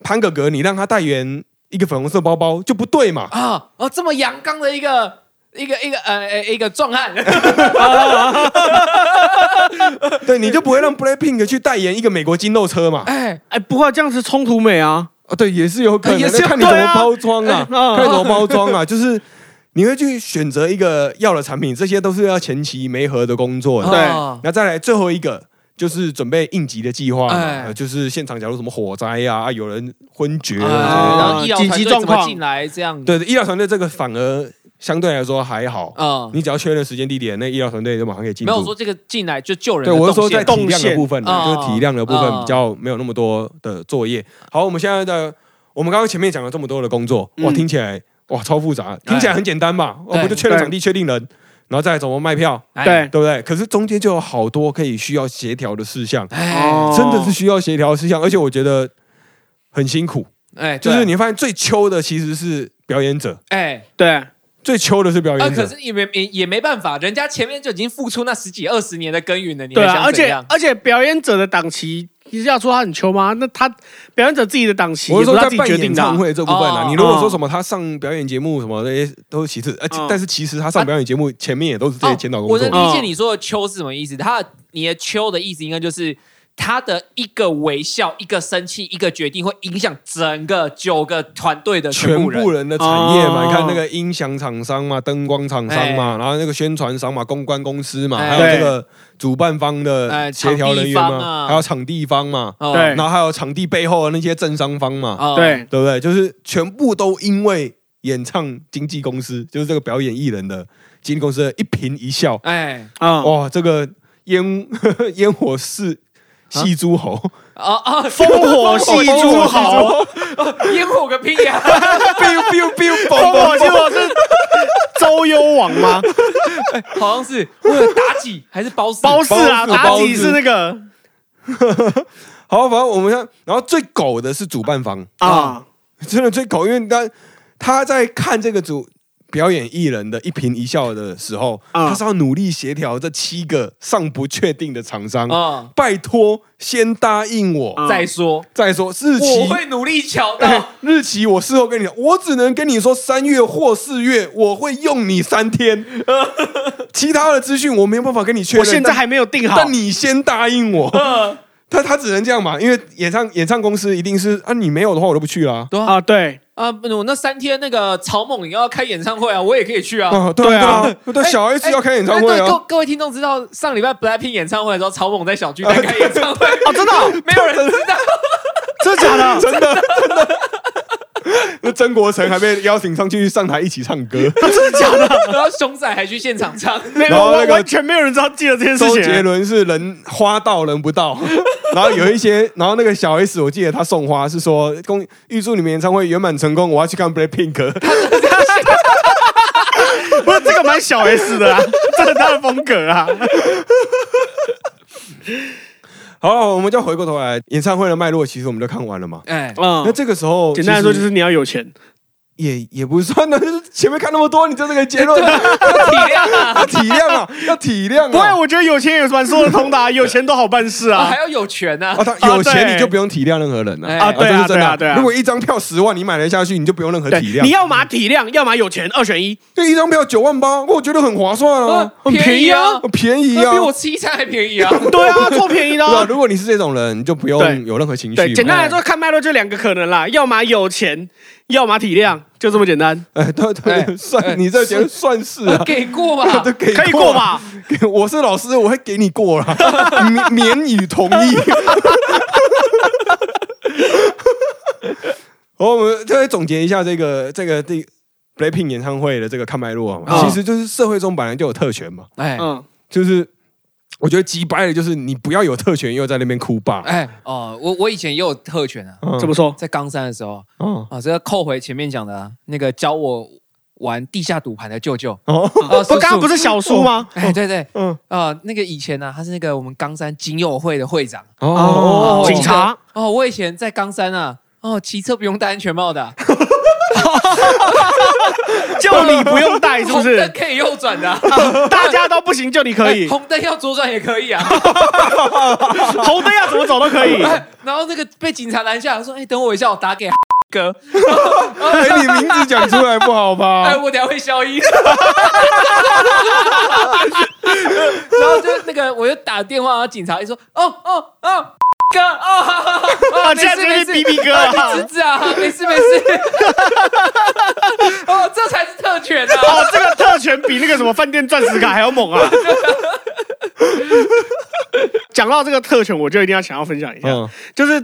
S1: 潘哥哥，你让他代言一个粉红色包包就不对 嘛，
S2: 啊哦，这么阳刚的一个一个一个呃呃一个壮汉，
S1: 对，你就不会让 BLACKPINK 去代言一个美国金肉车嘛？
S2: 哎，
S3: 哎，不过这样子冲突美啊，
S1: 啊，对，也是有可能，
S2: 也是有
S1: 看你怎
S3: 对
S1: 么
S3: 啊
S1: 包装啊，
S3: 嗯
S1: 看你怎么包装啊， 就是你会去选择一个要的产品，这些都是要前期媒合的工作的。
S3: 对
S2: 哦
S1: 那再来最后一个就是准备应急的计划嘛，
S2: 哎
S1: 呃就是现场假如什么火灾呀、啊，有人昏厥
S2: 哎
S1: 啊
S2: 然后医疗
S3: 紧
S2: 团
S3: 急
S2: 队怎
S3: 状
S2: 么
S3: 况
S2: 进来这样？
S1: 之类的，对医疗团队这个反而相对来说还好，
S2: 嗯，
S1: 你只要确认时间地点，那医疗团队就马上可以进
S2: 没
S1: 入。
S2: 有我说这个进来就救人
S1: 对，
S2: 的
S1: 我
S2: 动
S1: 是说
S2: 线。
S1: 在体量的部分
S2: 动
S1: 呢，
S2: 线
S1: 就是体量的部
S2: 哦
S1: 分比较没有那么多的作业。好，我们现在的我们刚刚前面讲了这么多的工作，哇，
S3: 嗯
S1: 哦听起来哇超复杂，听起来很简单吧？我们就确认场地，确定人，然后再来怎么卖票，
S2: 哎
S3: 对
S1: 对不对？可是中间就有好多可以需要协调的事项，
S3: 哦
S2: 哎
S1: 真的是需要协调的事项，而且我觉得很辛苦。
S2: 哎，
S1: 就
S2: 对
S1: 是你发现最秋的其实是表演者，
S2: 哎，
S3: 对
S1: 最秋的是表
S2: 啊，
S1: 演者。
S2: 可是也没也也没办法，人家前面就已经付出那十几二十年的耕耘了，你
S3: 对
S2: 还
S3: 啊，而
S2: 想怎
S3: 且
S2: 样？
S3: 而且表演者的档期，你是要说他很秋吗？那他表演者自己的档期，
S1: 我是说，
S3: 也
S1: 在
S3: 不他自己
S1: 办
S3: 决
S1: 演
S3: 定的啊
S1: 唱。会这部分啊，
S2: 哦
S1: 你如果说什么他上表演节目什么那些都是其次，而且
S3: 嗯
S1: 但是其实他上表演节目前面也都是这些
S2: 哦
S1: 前导工
S2: 我
S1: 作
S2: 能
S3: 的。
S2: 理解你说的“秋”是什么意思，他的你的“秋”的意思应该就是他的一个微笑、一个生气、一个决定，会影响整个九个团队的
S1: 全
S2: 部人
S1: 部。人的产业嘛，
S3: 哦
S1: 你看那个音响厂商嘛，灯光厂商嘛，然后那个宣传商嘛，公关公司嘛，
S2: 哎
S1: 还有这个主办方
S2: 哎
S1: 的协调人员
S2: 场地方
S1: 嘛，
S2: 啊
S1: 还有场地方嘛，
S2: 哦
S3: 对
S1: 然后还有场地背后的那些政商方嘛，
S2: 哦，
S3: 对
S1: 对不对？就是全部都因为演唱经纪公司，就是这个表演艺人的经纪公司的一颦一笑，
S2: 哎，
S3: 啊，
S1: 哇，这个烟 烟火是
S2: 啊
S1: 戏诸侯，
S2: 哦哦，
S3: 烽火戏诸侯，
S2: 烟火个屁呀！
S1: biu biu biu，
S3: 烽
S1: 嘣
S3: 火
S1: 嘣
S3: 戏诸侯是周幽王吗？
S2: 好像是为了妲己还是褒姒？
S3: 褒姒啊，
S1: 包子
S3: 妲己是那个
S1: 好，反正我们看，然后最狗的是主办方，
S3: 啊，
S1: 真的最狗，因为他他在看这个主表演艺人的一颦一笑的时候，
S3: 啊
S1: 他是要努力协调这七个尚不确定的厂
S3: 嗯
S1: 商，
S2: 啊，
S1: 拜托先答应我，
S3: 啊
S2: 再说
S1: 再说日期
S2: 我。会努力 瞧
S1: 哎
S2: 到。
S1: 日期我事后跟你讲，我只能跟你说三月或四月，我会用你三 天，其他的资讯我没有办法跟你确
S3: 我
S1: 认。
S3: 现在
S1: 但
S3: 还没有定好。
S1: 但你先答应我，
S2: 嗯
S1: 他他只能这样嘛，因为演唱演唱公司一定是啊，你没有的话我都不去啦。
S2: 对啊
S3: 啊，对，
S2: 啊，不我那三天那个曹梦要开演唱会啊，我也可以去啊。哎
S1: 啊，对啊，
S3: 哎
S1: 对，小 S 要开演唱会
S2: 哎对各
S1: 啊，
S2: 各位听众知道，上礼拜 BLACKPINK 演唱会的时候，曹猛在小巨
S1: 啊
S2: 蛋开演唱会，
S3: 哦，真的哦，
S2: 没有人知道。
S3: 真的假 的？
S1: 真的真的，那曾国成还被邀请上去上台一起唱歌，
S3: 真的假的？
S2: 然后熊仔还去现场唱，
S3: 没
S1: 然
S3: 有
S1: 后那
S3: 完
S1: 个
S3: 完全没有人知道记得这件事
S1: 周
S3: 情。
S1: 杰伦是人花到人不到， 然后有一些，然后那个小 S 我记得他送花是说恭预祝你们演唱会圆满成功，我要去看 BLACKPINK，
S3: 不是这个蛮小 S 的啊，这是他的风格啊。
S1: 好，我们就回过头来，演唱会的脉络其实我们都看完了嘛，
S2: 哎，
S1: 那
S3: 嗯，
S1: 这个时候
S3: 简单来说
S1: 其
S3: 就
S1: 实
S3: 是你要有钱。
S1: 也也不算呢，就是前面看那么多，你就这个结论。
S2: 体谅啊，
S1: 要体谅啊，要体谅啊！
S3: 啊不会，我觉得有钱也蛮说得通的、啊，有钱都好办事
S2: 啊
S3: 啊
S2: 还。要有权呢
S1: 啊，。他有
S3: 啊
S1: 钱
S3: 对
S1: 你就不用体谅任何人了
S2: 哎
S3: 啊，对
S1: 这
S3: 啊，
S1: 是真
S3: 对
S1: 的
S3: 啊，对啊。
S1: 如果一张票十万，你买得下去，你就不用任何
S3: 对
S1: 体谅。
S3: 你要嘛体谅，要嘛有钱，二选一。
S1: 这一张票九万八，我觉得很划算啊，
S2: 很便宜啊
S1: 很便宜
S2: 那
S1: 啊
S2: 比。我吃一餐还便宜啊！
S3: 对啊，超便宜的
S1: 对啊，
S3: 啊、
S1: 如果你是这种人，你就不
S3: 对
S1: 用有任何情绪
S3: 对，
S1: 嘛。
S3: 简单来说，看脉络就两个可能啦，要么有钱，要么体谅，就这么简单，
S1: 哎，对
S2: 哎
S1: 对，
S2: 哎
S1: 算你这节算是啊，
S2: 给过吧
S1: 都，给
S3: 可以过？吧？
S1: 给我是老师，我会给你过了，免免予同意。好，我们再总结一下这个这个第 Blackpink 演唱会的这个看脉络啊嘛，
S3: 嗯
S1: 其实就是社会中本来就有特权嘛，
S2: 哎
S3: 嗯，
S1: 就是我觉得击败的就是你不要有特权又在那边哭吧。
S2: 哎哦，我我以前也有特权啊，
S1: 嗯
S3: 怎么说？
S2: 在冈山的时候
S1: 哦
S2: 啊，这个扣回前面讲的啊那个教我玩地下赌盘的舅舅，
S1: 哦，
S2: 哦，
S3: 不，刚刚不
S2: 是，
S3: 是小叔吗？
S2: 哎，对对，
S1: 嗯
S2: 啊，那个以前呢，他是那个我们冈山警友会的会长。
S1: 哦，
S3: 警察
S2: 哦，我以前在冈山啊，哦，骑车不用戴安全帽的啊、
S3: 就你不用带，哎是不
S2: 红灯
S3: 是？
S2: 可以右转的啊、
S3: 大家都不行，就你可以
S2: 哎。红灯要左转也可以啊。
S3: 红灯要怎么走都可以。
S2: 哎然后那个被警察拦下来说：“哎，等我一下，我打给哥。
S1: 哎，你名字讲出来不好
S2: 哎，
S1: 吧？
S2: 我等下会消音。” 然后就那个，我就打电话，然后警察一说：“哦哦哦，哥哦好，好好
S3: 啊，
S2: 哦，没
S3: 现在
S2: 事没
S3: 就是
S2: 事，
S3: 逼逼哥
S2: 啊
S3: 啊
S2: 你！侄子啊，没事没事。” 哦，这才是特权啊！
S3: 哦，这个特权比那个什么饭店钻石卡还要猛啊！讲到这个特权，我就一定要想要分享一下，
S1: 嗯
S3: 就是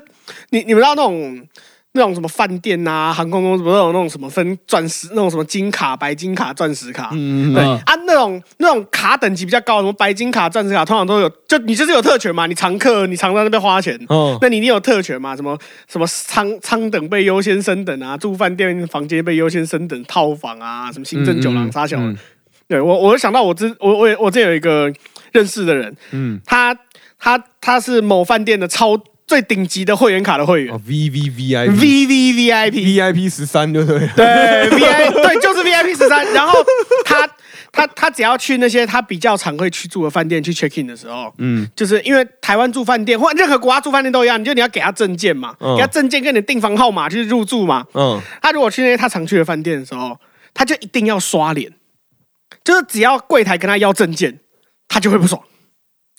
S3: 你你们知道那种那种什么饭店啊、航空公司不是有那种什么分钻石、那种什么金卡、白金卡、钻石卡？
S1: 嗯，
S3: 对、
S1: 嗯
S3: 啊，那种那种卡等级比较高，什么白金卡、钻石卡，通常都有，就你就是有特权嘛，你常客，你常在那边花钱，
S1: 嗯
S3: 那你一定有特权嘛？什么什么舱舱等被优先升等啊，住饭店房间被优先升等，套房啊，什么行政酒廊、
S1: 嗯
S3: 沙小的，
S1: 嗯
S3: 对我，我就想到我之我我也我这有一个认识的人，
S1: 嗯，
S3: 他他他是某饭店的超最顶级的会员卡的会员、
S1: 哦，V V V I
S3: v V V I P，
S1: V I P 十三就对了，
S3: 对 V I 对就是 V I P 十三。然后他他他只要去那些他比较常会去住的饭店去 check in 的时候，
S1: 嗯，
S3: 就是因为台湾住饭店或任何国家住饭店都一样，你就你要给他证件嘛，
S1: 嗯
S3: 给他证件跟你订房号码去入住嘛。
S1: 嗯，
S3: 他如果去那些他常去的饭店的时候，他就一定要刷脸，就是只要柜台跟他要证件，他就会不爽。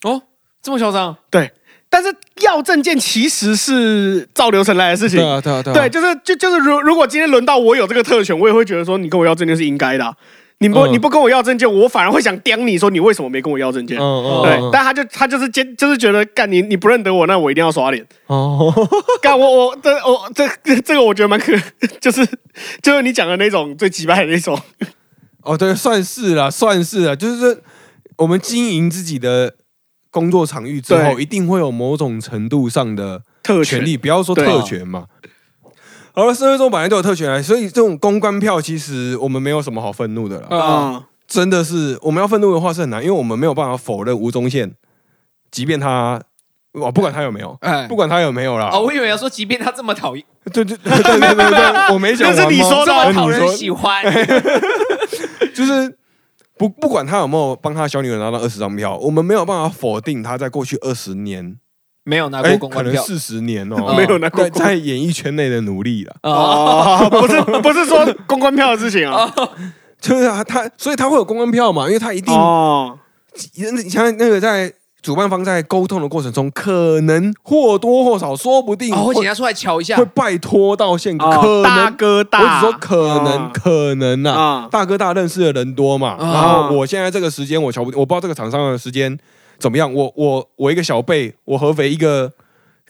S2: 哦，这么嚣张？
S3: 对，但是要证件其实是照流程来的事情
S1: 对。啊，对啊，对啊，
S3: 对，就是就就是如如果今天轮到我有这个特权，我也会觉得说你跟我要证件是应该的啊、你不、
S1: 嗯
S3: 你不跟我要证件，我反而会想刁你说你为什么没跟我要证件。
S1: 嗯，嗯
S3: 对，
S1: 嗯，
S3: 但他就他就是坚就是觉得干你你不认得我，那我一定要刷脸。
S1: 哦，
S3: 干我我这我这这个我觉得蛮可， 就是就是你讲的那种最击败的那种。
S1: 哦，对，算是啦，算是啦，就是我们经营自己的工作场域之后，
S3: 对
S1: 一定会有某种程度上的
S3: 特权
S1: 权利，不要说
S3: 对啊
S1: 特权嘛。好了，社会中本来就有特权啊，所以这种公关票其实我们没有什么好愤怒的啦。
S2: 啊，
S3: 啊、
S1: 真的是我们要愤怒的话是很难，因为我们没有办法否认吴宗宪，即便他我不管他有没有，
S2: 哎
S1: 不，管他有没有啦，
S2: 哦，我以为要说，即便他这么讨厌，
S1: 对对对对对 对，我没讲完吗，
S3: 那是你说
S2: 这么
S3: 的
S1: 那
S2: 啊讨
S1: 你
S2: 人
S1: 说
S2: 喜欢，
S1: 就是不不管他有没有帮他小女儿拿到二十张票，我们没有办法否定他在过去二十年，
S2: 没有拿
S1: 哎，
S2: 过公
S1: 可
S2: 关
S1: 能
S2: 票
S1: 四十年哦、
S2: 嗯 没
S3: 有拿过
S1: 在在演艺圈内的努力了。
S2: 啊，
S3: 哦， 不是不是说公关票的事情啊。
S1: 就是啊，他所以他会有公关票嘛，因为他一定，
S3: 哦，
S1: 你像那个在主办方在沟通的过程中，可能或多或少，说不定
S2: 哦，我请
S1: 会
S2: 他出来瞧一下
S1: 会，拜托到现，
S3: 哦
S1: 可
S3: 大
S1: 能。
S3: 哥
S1: 我
S3: 大，
S1: 只说可能，
S3: 哦
S1: 可能呐、
S3: 啊
S1: 大哥大认识的人多嘛，
S2: 啊
S1: 然后我现在这个时间我瞧不，我不知道这个厂商的时间怎么样，我我我一个小辈，我合肥一个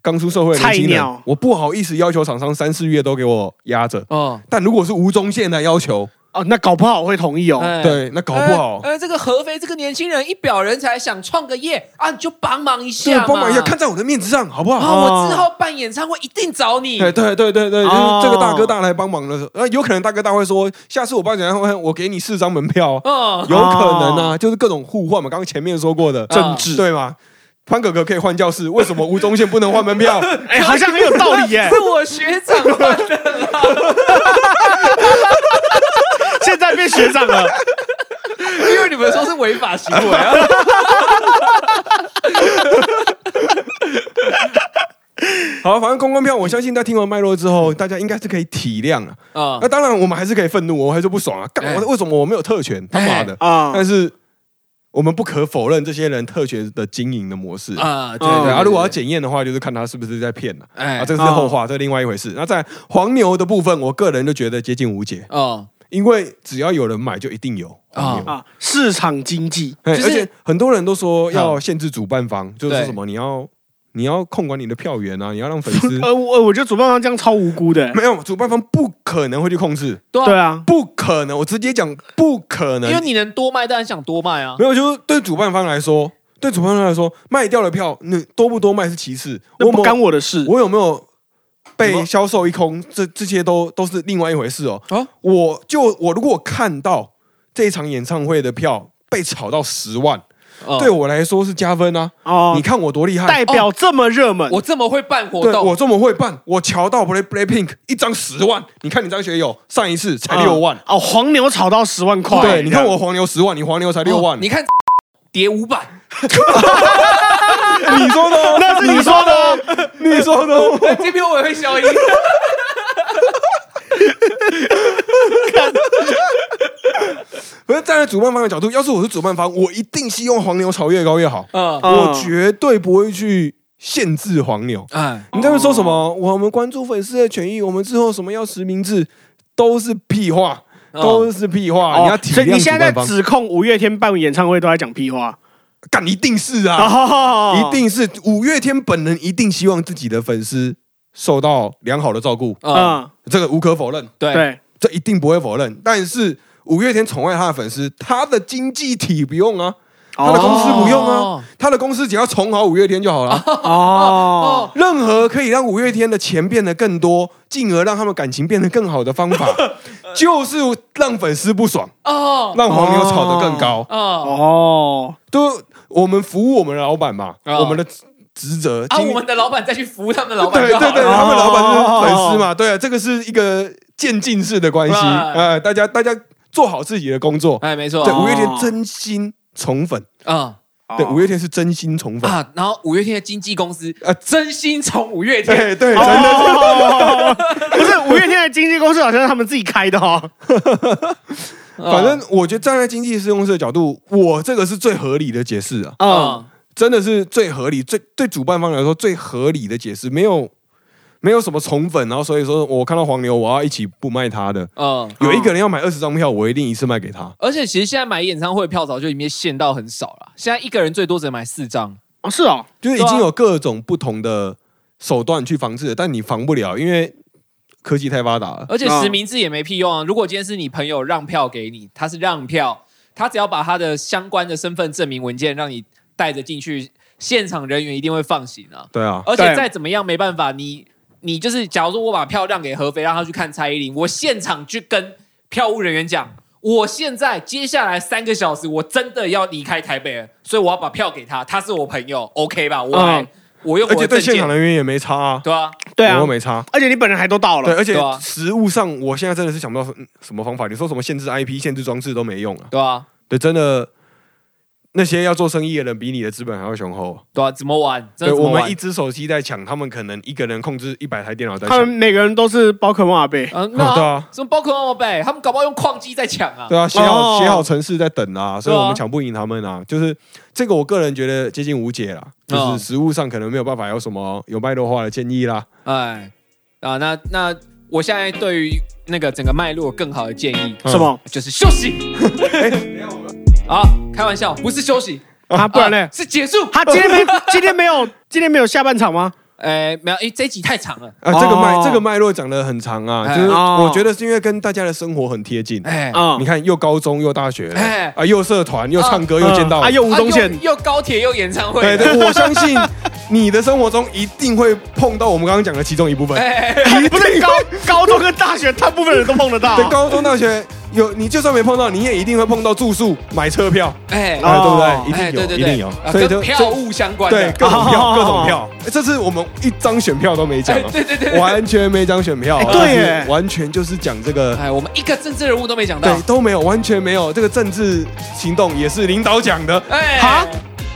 S1: 刚出社会的年轻
S3: 菜
S1: 人
S3: 鸟，
S1: 我不好意思要求厂商三四月都给我压着，
S2: 哦，
S1: 但如果是吴宗宪来要求，
S3: 哦，那搞不好我会同意哦。
S2: 哎，
S1: 对，那搞不好。
S2: 呃，
S3: 哎
S2: 呃这个合肥这个年轻人一表人才，想创个业啊，你就帮忙一
S1: 对
S2: 下，嘛，
S1: 帮忙一下，看在我的面子上，好不好？
S2: 啊，我
S3: 啊哦
S2: 之后办演唱会一定找你。
S1: 哎对对对对对，就是
S3: 哦
S1: 这个大哥大来帮忙的时候，那呃有可能大哥大会说，下次我帮你演唱会，我给你四张门票啊，
S2: 嗯，
S1: 有可能啊，就是各种互换嘛，刚刚前面说过的
S2: 哦政治
S1: 对嘛？潘哥哥可以换教室，为什么吴宗宪不能换门 票？
S3: 哎，好像很有道理 耶
S2: 是。我学长换的啦。
S3: 现在变学长了，
S2: 因为你们说是违法行 为啊。
S1: 好，反正公关票，我相信在听完脉络之
S2: 嗯
S1: 后，大家应该是可以体谅了。
S2: 啊
S1: 那、，当然，我们还是可以愤怒，我还是不爽啊！干
S2: 哎
S1: 我为什么我没有特权？他妈的！
S3: 啊
S1: 但是我们不可否认这些人特权的经营的模式啊。
S2: 啊，对
S3: 嗯
S1: 对
S2: 对
S1: 啊，
S2: 啊，
S1: 如果
S2: 如果
S1: 要
S2: 要
S1: 检验的话，就是看他是不是在骗了
S2: 哎
S1: 啊，这个是后话，这是另外一回事。那在黄牛的部分，我个人就觉得接近无解，
S2: 哦，
S1: 因为只要有人买，就一定有黄牛。
S3: 啊，市场经济
S1: 哎
S2: 就是
S1: 而且很多人都说要限制主办方，就是说
S2: 对
S1: 什么你要你要控管你的票源啊，你要让粉丝
S3: 呃，我我觉得主办方这样超无辜的。 欸
S1: 没有主办方不可能会去控制，
S3: 对啊，
S1: 不可能，我直接讲不可能
S2: 因为，你能多卖，当然想多卖啊。
S1: 没有就是对主办方来说，对主办方来说卖掉的票，你多不多卖是其次，
S3: 那
S1: 我
S3: 不
S1: 有没
S3: 干
S1: 有
S3: 我的事。
S1: 我有没有
S2: 什
S1: 被
S2: 么
S1: 销售一空，这这些都都是另外一回事哦。
S2: 哦
S1: 我就我如果看到这一场演唱会的票被炒到十万，
S2: 哦
S1: 啊对，我来说是加分啊！
S3: 哦
S1: 你，看我多厉害，啊
S3: 代表这么热门，
S2: 我这么会办活
S1: 对
S2: 动，
S1: 我这么会办，我瞧到 Black Black Pink 一张十万，你看你张学友上一次才六万，
S3: 哦，黄牛炒到十万块。
S1: 对，你看我黄牛十万，你黄牛才六万，
S2: 哦你看叠五 百，
S1: 你说的哦，
S3: 那 是你说的哦。
S1: 你说的哦，
S2: 这边我也 会消音。
S1: 可是站在主办方的角度，要是我是主办方，我一定希望黄牛炒越高越好，
S2: 嗯，
S3: 嗯
S1: 我绝对不会去限制黄牛。
S2: 哎，
S1: 你在那边说什么？我们关注粉丝的权益，我们之后什么要实名制，都是屁话，
S2: 嗯
S1: 都是屁话。
S3: 哦
S1: 你要体
S3: 所以你
S1: 谅主
S3: 现在
S1: 办方，
S3: 在指控五月天办演唱会都在讲屁话，
S1: 干一定是啊，
S3: 哦
S1: 一定是五月天本人一定希望自己的粉丝受到良好的照顾，
S2: 嗯，
S3: 嗯，
S1: 这个无可否认，
S2: 对，
S3: 对，
S1: 这一定不会否认。但是五月天宠爱他的粉丝，他的经济体不用啊，他的公司不用啊，
S2: 哦
S1: 他的公司只要重好五月天就好了啊。
S3: 哦，
S1: 任何可以让五月天的钱变得更多，进而让他们感情变得更好的方 法，就是让粉丝不爽，
S2: 哦
S1: 让黄牛炒得更高。
S2: 哦
S3: 哦，
S1: 都我们服务我们的老板嘛，
S2: 哦
S1: 我们的职责
S2: 啊！
S1: 经
S2: 我们的老板再去服务他们的老板
S1: 对
S2: 就
S1: 对
S2: 好哦了，
S1: 对，
S3: 哦
S1: 他们老板是粉丝嘛，对啊，这个是一个渐进式的关系，
S2: Right
S1: 哎，大家大家做好自己的工作。
S2: 哦哎，没错，
S1: 对，
S3: 哦
S1: 五月天真心宠粉，
S2: 嗯
S1: 对，五月天是真心宠粉，
S2: 啊，然后五月天的经纪公司
S1: 啊
S2: 真心宠五月 天，
S1: 对啊对，真的
S3: 哦，不是五月天的经纪公司好像是他们自己开的哦。
S2: 哦
S1: 反正我觉得站在经济适用社的角度，我这个是最合理的解释啊，
S3: 嗯，
S2: 嗯
S1: 真的是最合理，最对主办方来说最合理的解释，没有没有什么宠粉，然后所以说我看到黄牛，我要一起不卖他的，
S2: 嗯，
S1: 有一个人要买二十张票，我一定一次卖给他。
S2: 而且其实现在买演唱会票早就已经被限到很少了，现在一个人最多只能买四张，
S3: 哦是哦，
S1: 就是
S2: 啊
S1: 已经有各种不同的手段去防治了，但你防不了，因为科技太发达了。
S2: 而且
S3: 嗯
S2: 实名制也没屁用啊。如果今天是你朋友让票给你，他是让票，他只要把他的相关的身份证明文件让你带着进去，现场人员一定会放行啊。
S1: 对啊，
S2: 而且
S3: 对
S2: 再怎么样没办法，你你就是假如说我把票让给合肥，让他去看蔡依林，我现场去跟票务人员讲，我现在接下来三个小时我真的要离开台北了，所以我要把票给他，他是我朋友，OK 吧？我还、
S3: 嗯
S2: 我用
S1: 而
S2: 我
S1: 且
S2: 的
S1: 对
S2: 证
S1: 现
S2: 件
S1: 场，人员也没差啊，
S2: 对啊，
S3: 对啊
S1: 我又，没差。
S3: 而且你本人还都到
S1: 对，
S3: 了，
S1: 而且
S2: 对啊
S1: 实物上，我现在真的是想不到嗯什么方法。你说什么限制 IP、限制装置都没用啊。
S2: 对啊，
S1: 对，真的，那些要做生意的人比你的资本还要雄厚。
S2: 对啊，怎么玩？真
S1: 对
S2: 的怎
S1: 我
S2: 么
S1: 们
S2: 玩
S1: 一？只手机在抢，他们可能一个人控制一百台电脑在
S3: 他们
S1: 抢。
S3: 每个人都是宝可梦阿贝。
S2: 嗯，那、
S1: 哦对啊
S2: 什么包括我呗，他们搞不好用矿机在抢啊。
S1: 对啊，写好
S3: 哦
S1: 写好程式在等啊，所以
S2: 对啊
S1: 我们抢不赢他们啊。就是这个，我个人觉得接近无解啦，就
S2: 哦
S1: 是实物上可能没有办法有什么有脉络化的建议啦。
S2: 哎，啊，那那我现在对于那个整个脉络更好的建议
S1: 嗯
S3: 什么？
S2: 就是休息
S1: 哎
S2: 啊，开玩笑，不是休息，
S3: 啊，不然呢
S2: 啊？是结束。
S3: 他今天没 今天没有今天没有下半场吗？
S2: 哎，没有，哎，这一集太长了。
S1: 啊，这个脉
S3: 哦
S1: 这个脉络讲的很长啊，
S2: 哎
S1: 就是
S3: 哦
S1: 我觉得是因为跟大家的生活很贴近。
S2: 哎，
S3: 啊
S1: 你，看，又高中又大学
S2: 哎，
S1: 啊，又社团又唱歌
S3: 嗯
S1: 又见到
S3: 啊，，又吴宗宪
S2: 啊，又又高铁又演唱会，
S1: 对对，我相信你的生活中一定会碰到我们刚刚讲的其中一部分。
S2: 哎，
S1: 一
S3: 不
S1: 定
S3: 是高高中跟大学，大部分人都碰得 到。
S1: 对高中大学有，你就算没碰到，你也一定会碰到住宿、买车票，
S2: 哎
S1: 哎，
S3: 哦
S1: 对不对？一
S2: 哎，
S1: 定有
S2: 对，对
S1: 一定
S2: 对，
S1: 有
S2: 啊，
S1: 所以
S2: 跟
S1: 就
S2: 票务相关
S1: 对
S2: 的，
S1: 各种票，
S3: 哦
S1: 各种票。欸这次我们一张选票都没讲
S2: 哎，
S1: 哦，
S2: 对对对，
S1: 完全没讲选票，
S3: 哎对耶
S1: 完全就是讲这个，
S2: 哎，我们一个政治人物都没讲到
S1: 对，，都没有，完全没有。这个政治行动也是领导讲的，
S2: 哎，
S3: 哈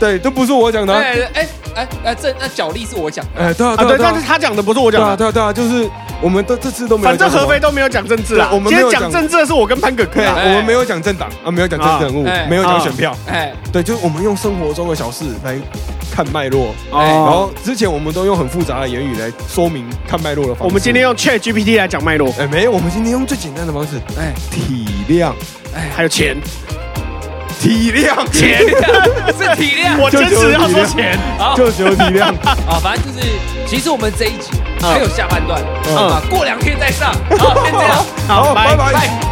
S1: 对，都不是我讲的啊。
S2: 哎，哎哎哎，这那脚力是我讲的，
S1: 哎，对啊，
S3: 啊，
S1: 对啊，
S3: 对，
S1: 对啊
S3: 但是他讲的不是我
S1: 对
S3: 讲
S1: 啊，
S3: 的，
S1: 对啊，对啊，就是我们都这次都没有。
S3: 反正合肥，都没有讲政治啦。啊
S1: 对我们
S3: 今
S1: 没
S3: 天
S1: 有讲
S3: 讲政治的是我跟潘哥哥
S1: 对，
S3: 啊。
S2: 哎
S1: 我们没有讲政党啊，没有讲政治人物
S2: 啊哎，
S1: 没有讲
S3: 啊
S1: 选票，
S2: 哎，
S1: 对，就是我们用生活中的小事来看脉络。
S2: 哎
S1: 然
S3: 哦，
S1: 后之前我们都用很复杂的言语来说明看脉络的方式。
S3: 我们今天用 Chat GPT 来讲脉络，
S1: 哎，没有，我们今天用最简单的方式，
S2: 哎，
S1: 体谅，
S3: 还有钱，
S1: 体谅，
S2: 钱是体谅，
S3: 我坚持要说钱。
S2: 好
S1: 就只有体谅。
S2: 啊，反正就是，其实我们啊这一集还有下半段，好吧，过两天再上，好，先这样，
S1: 好，
S3: 好，
S1: 拜
S3: 拜
S1: 拜
S3: 拜。
S2: 拜。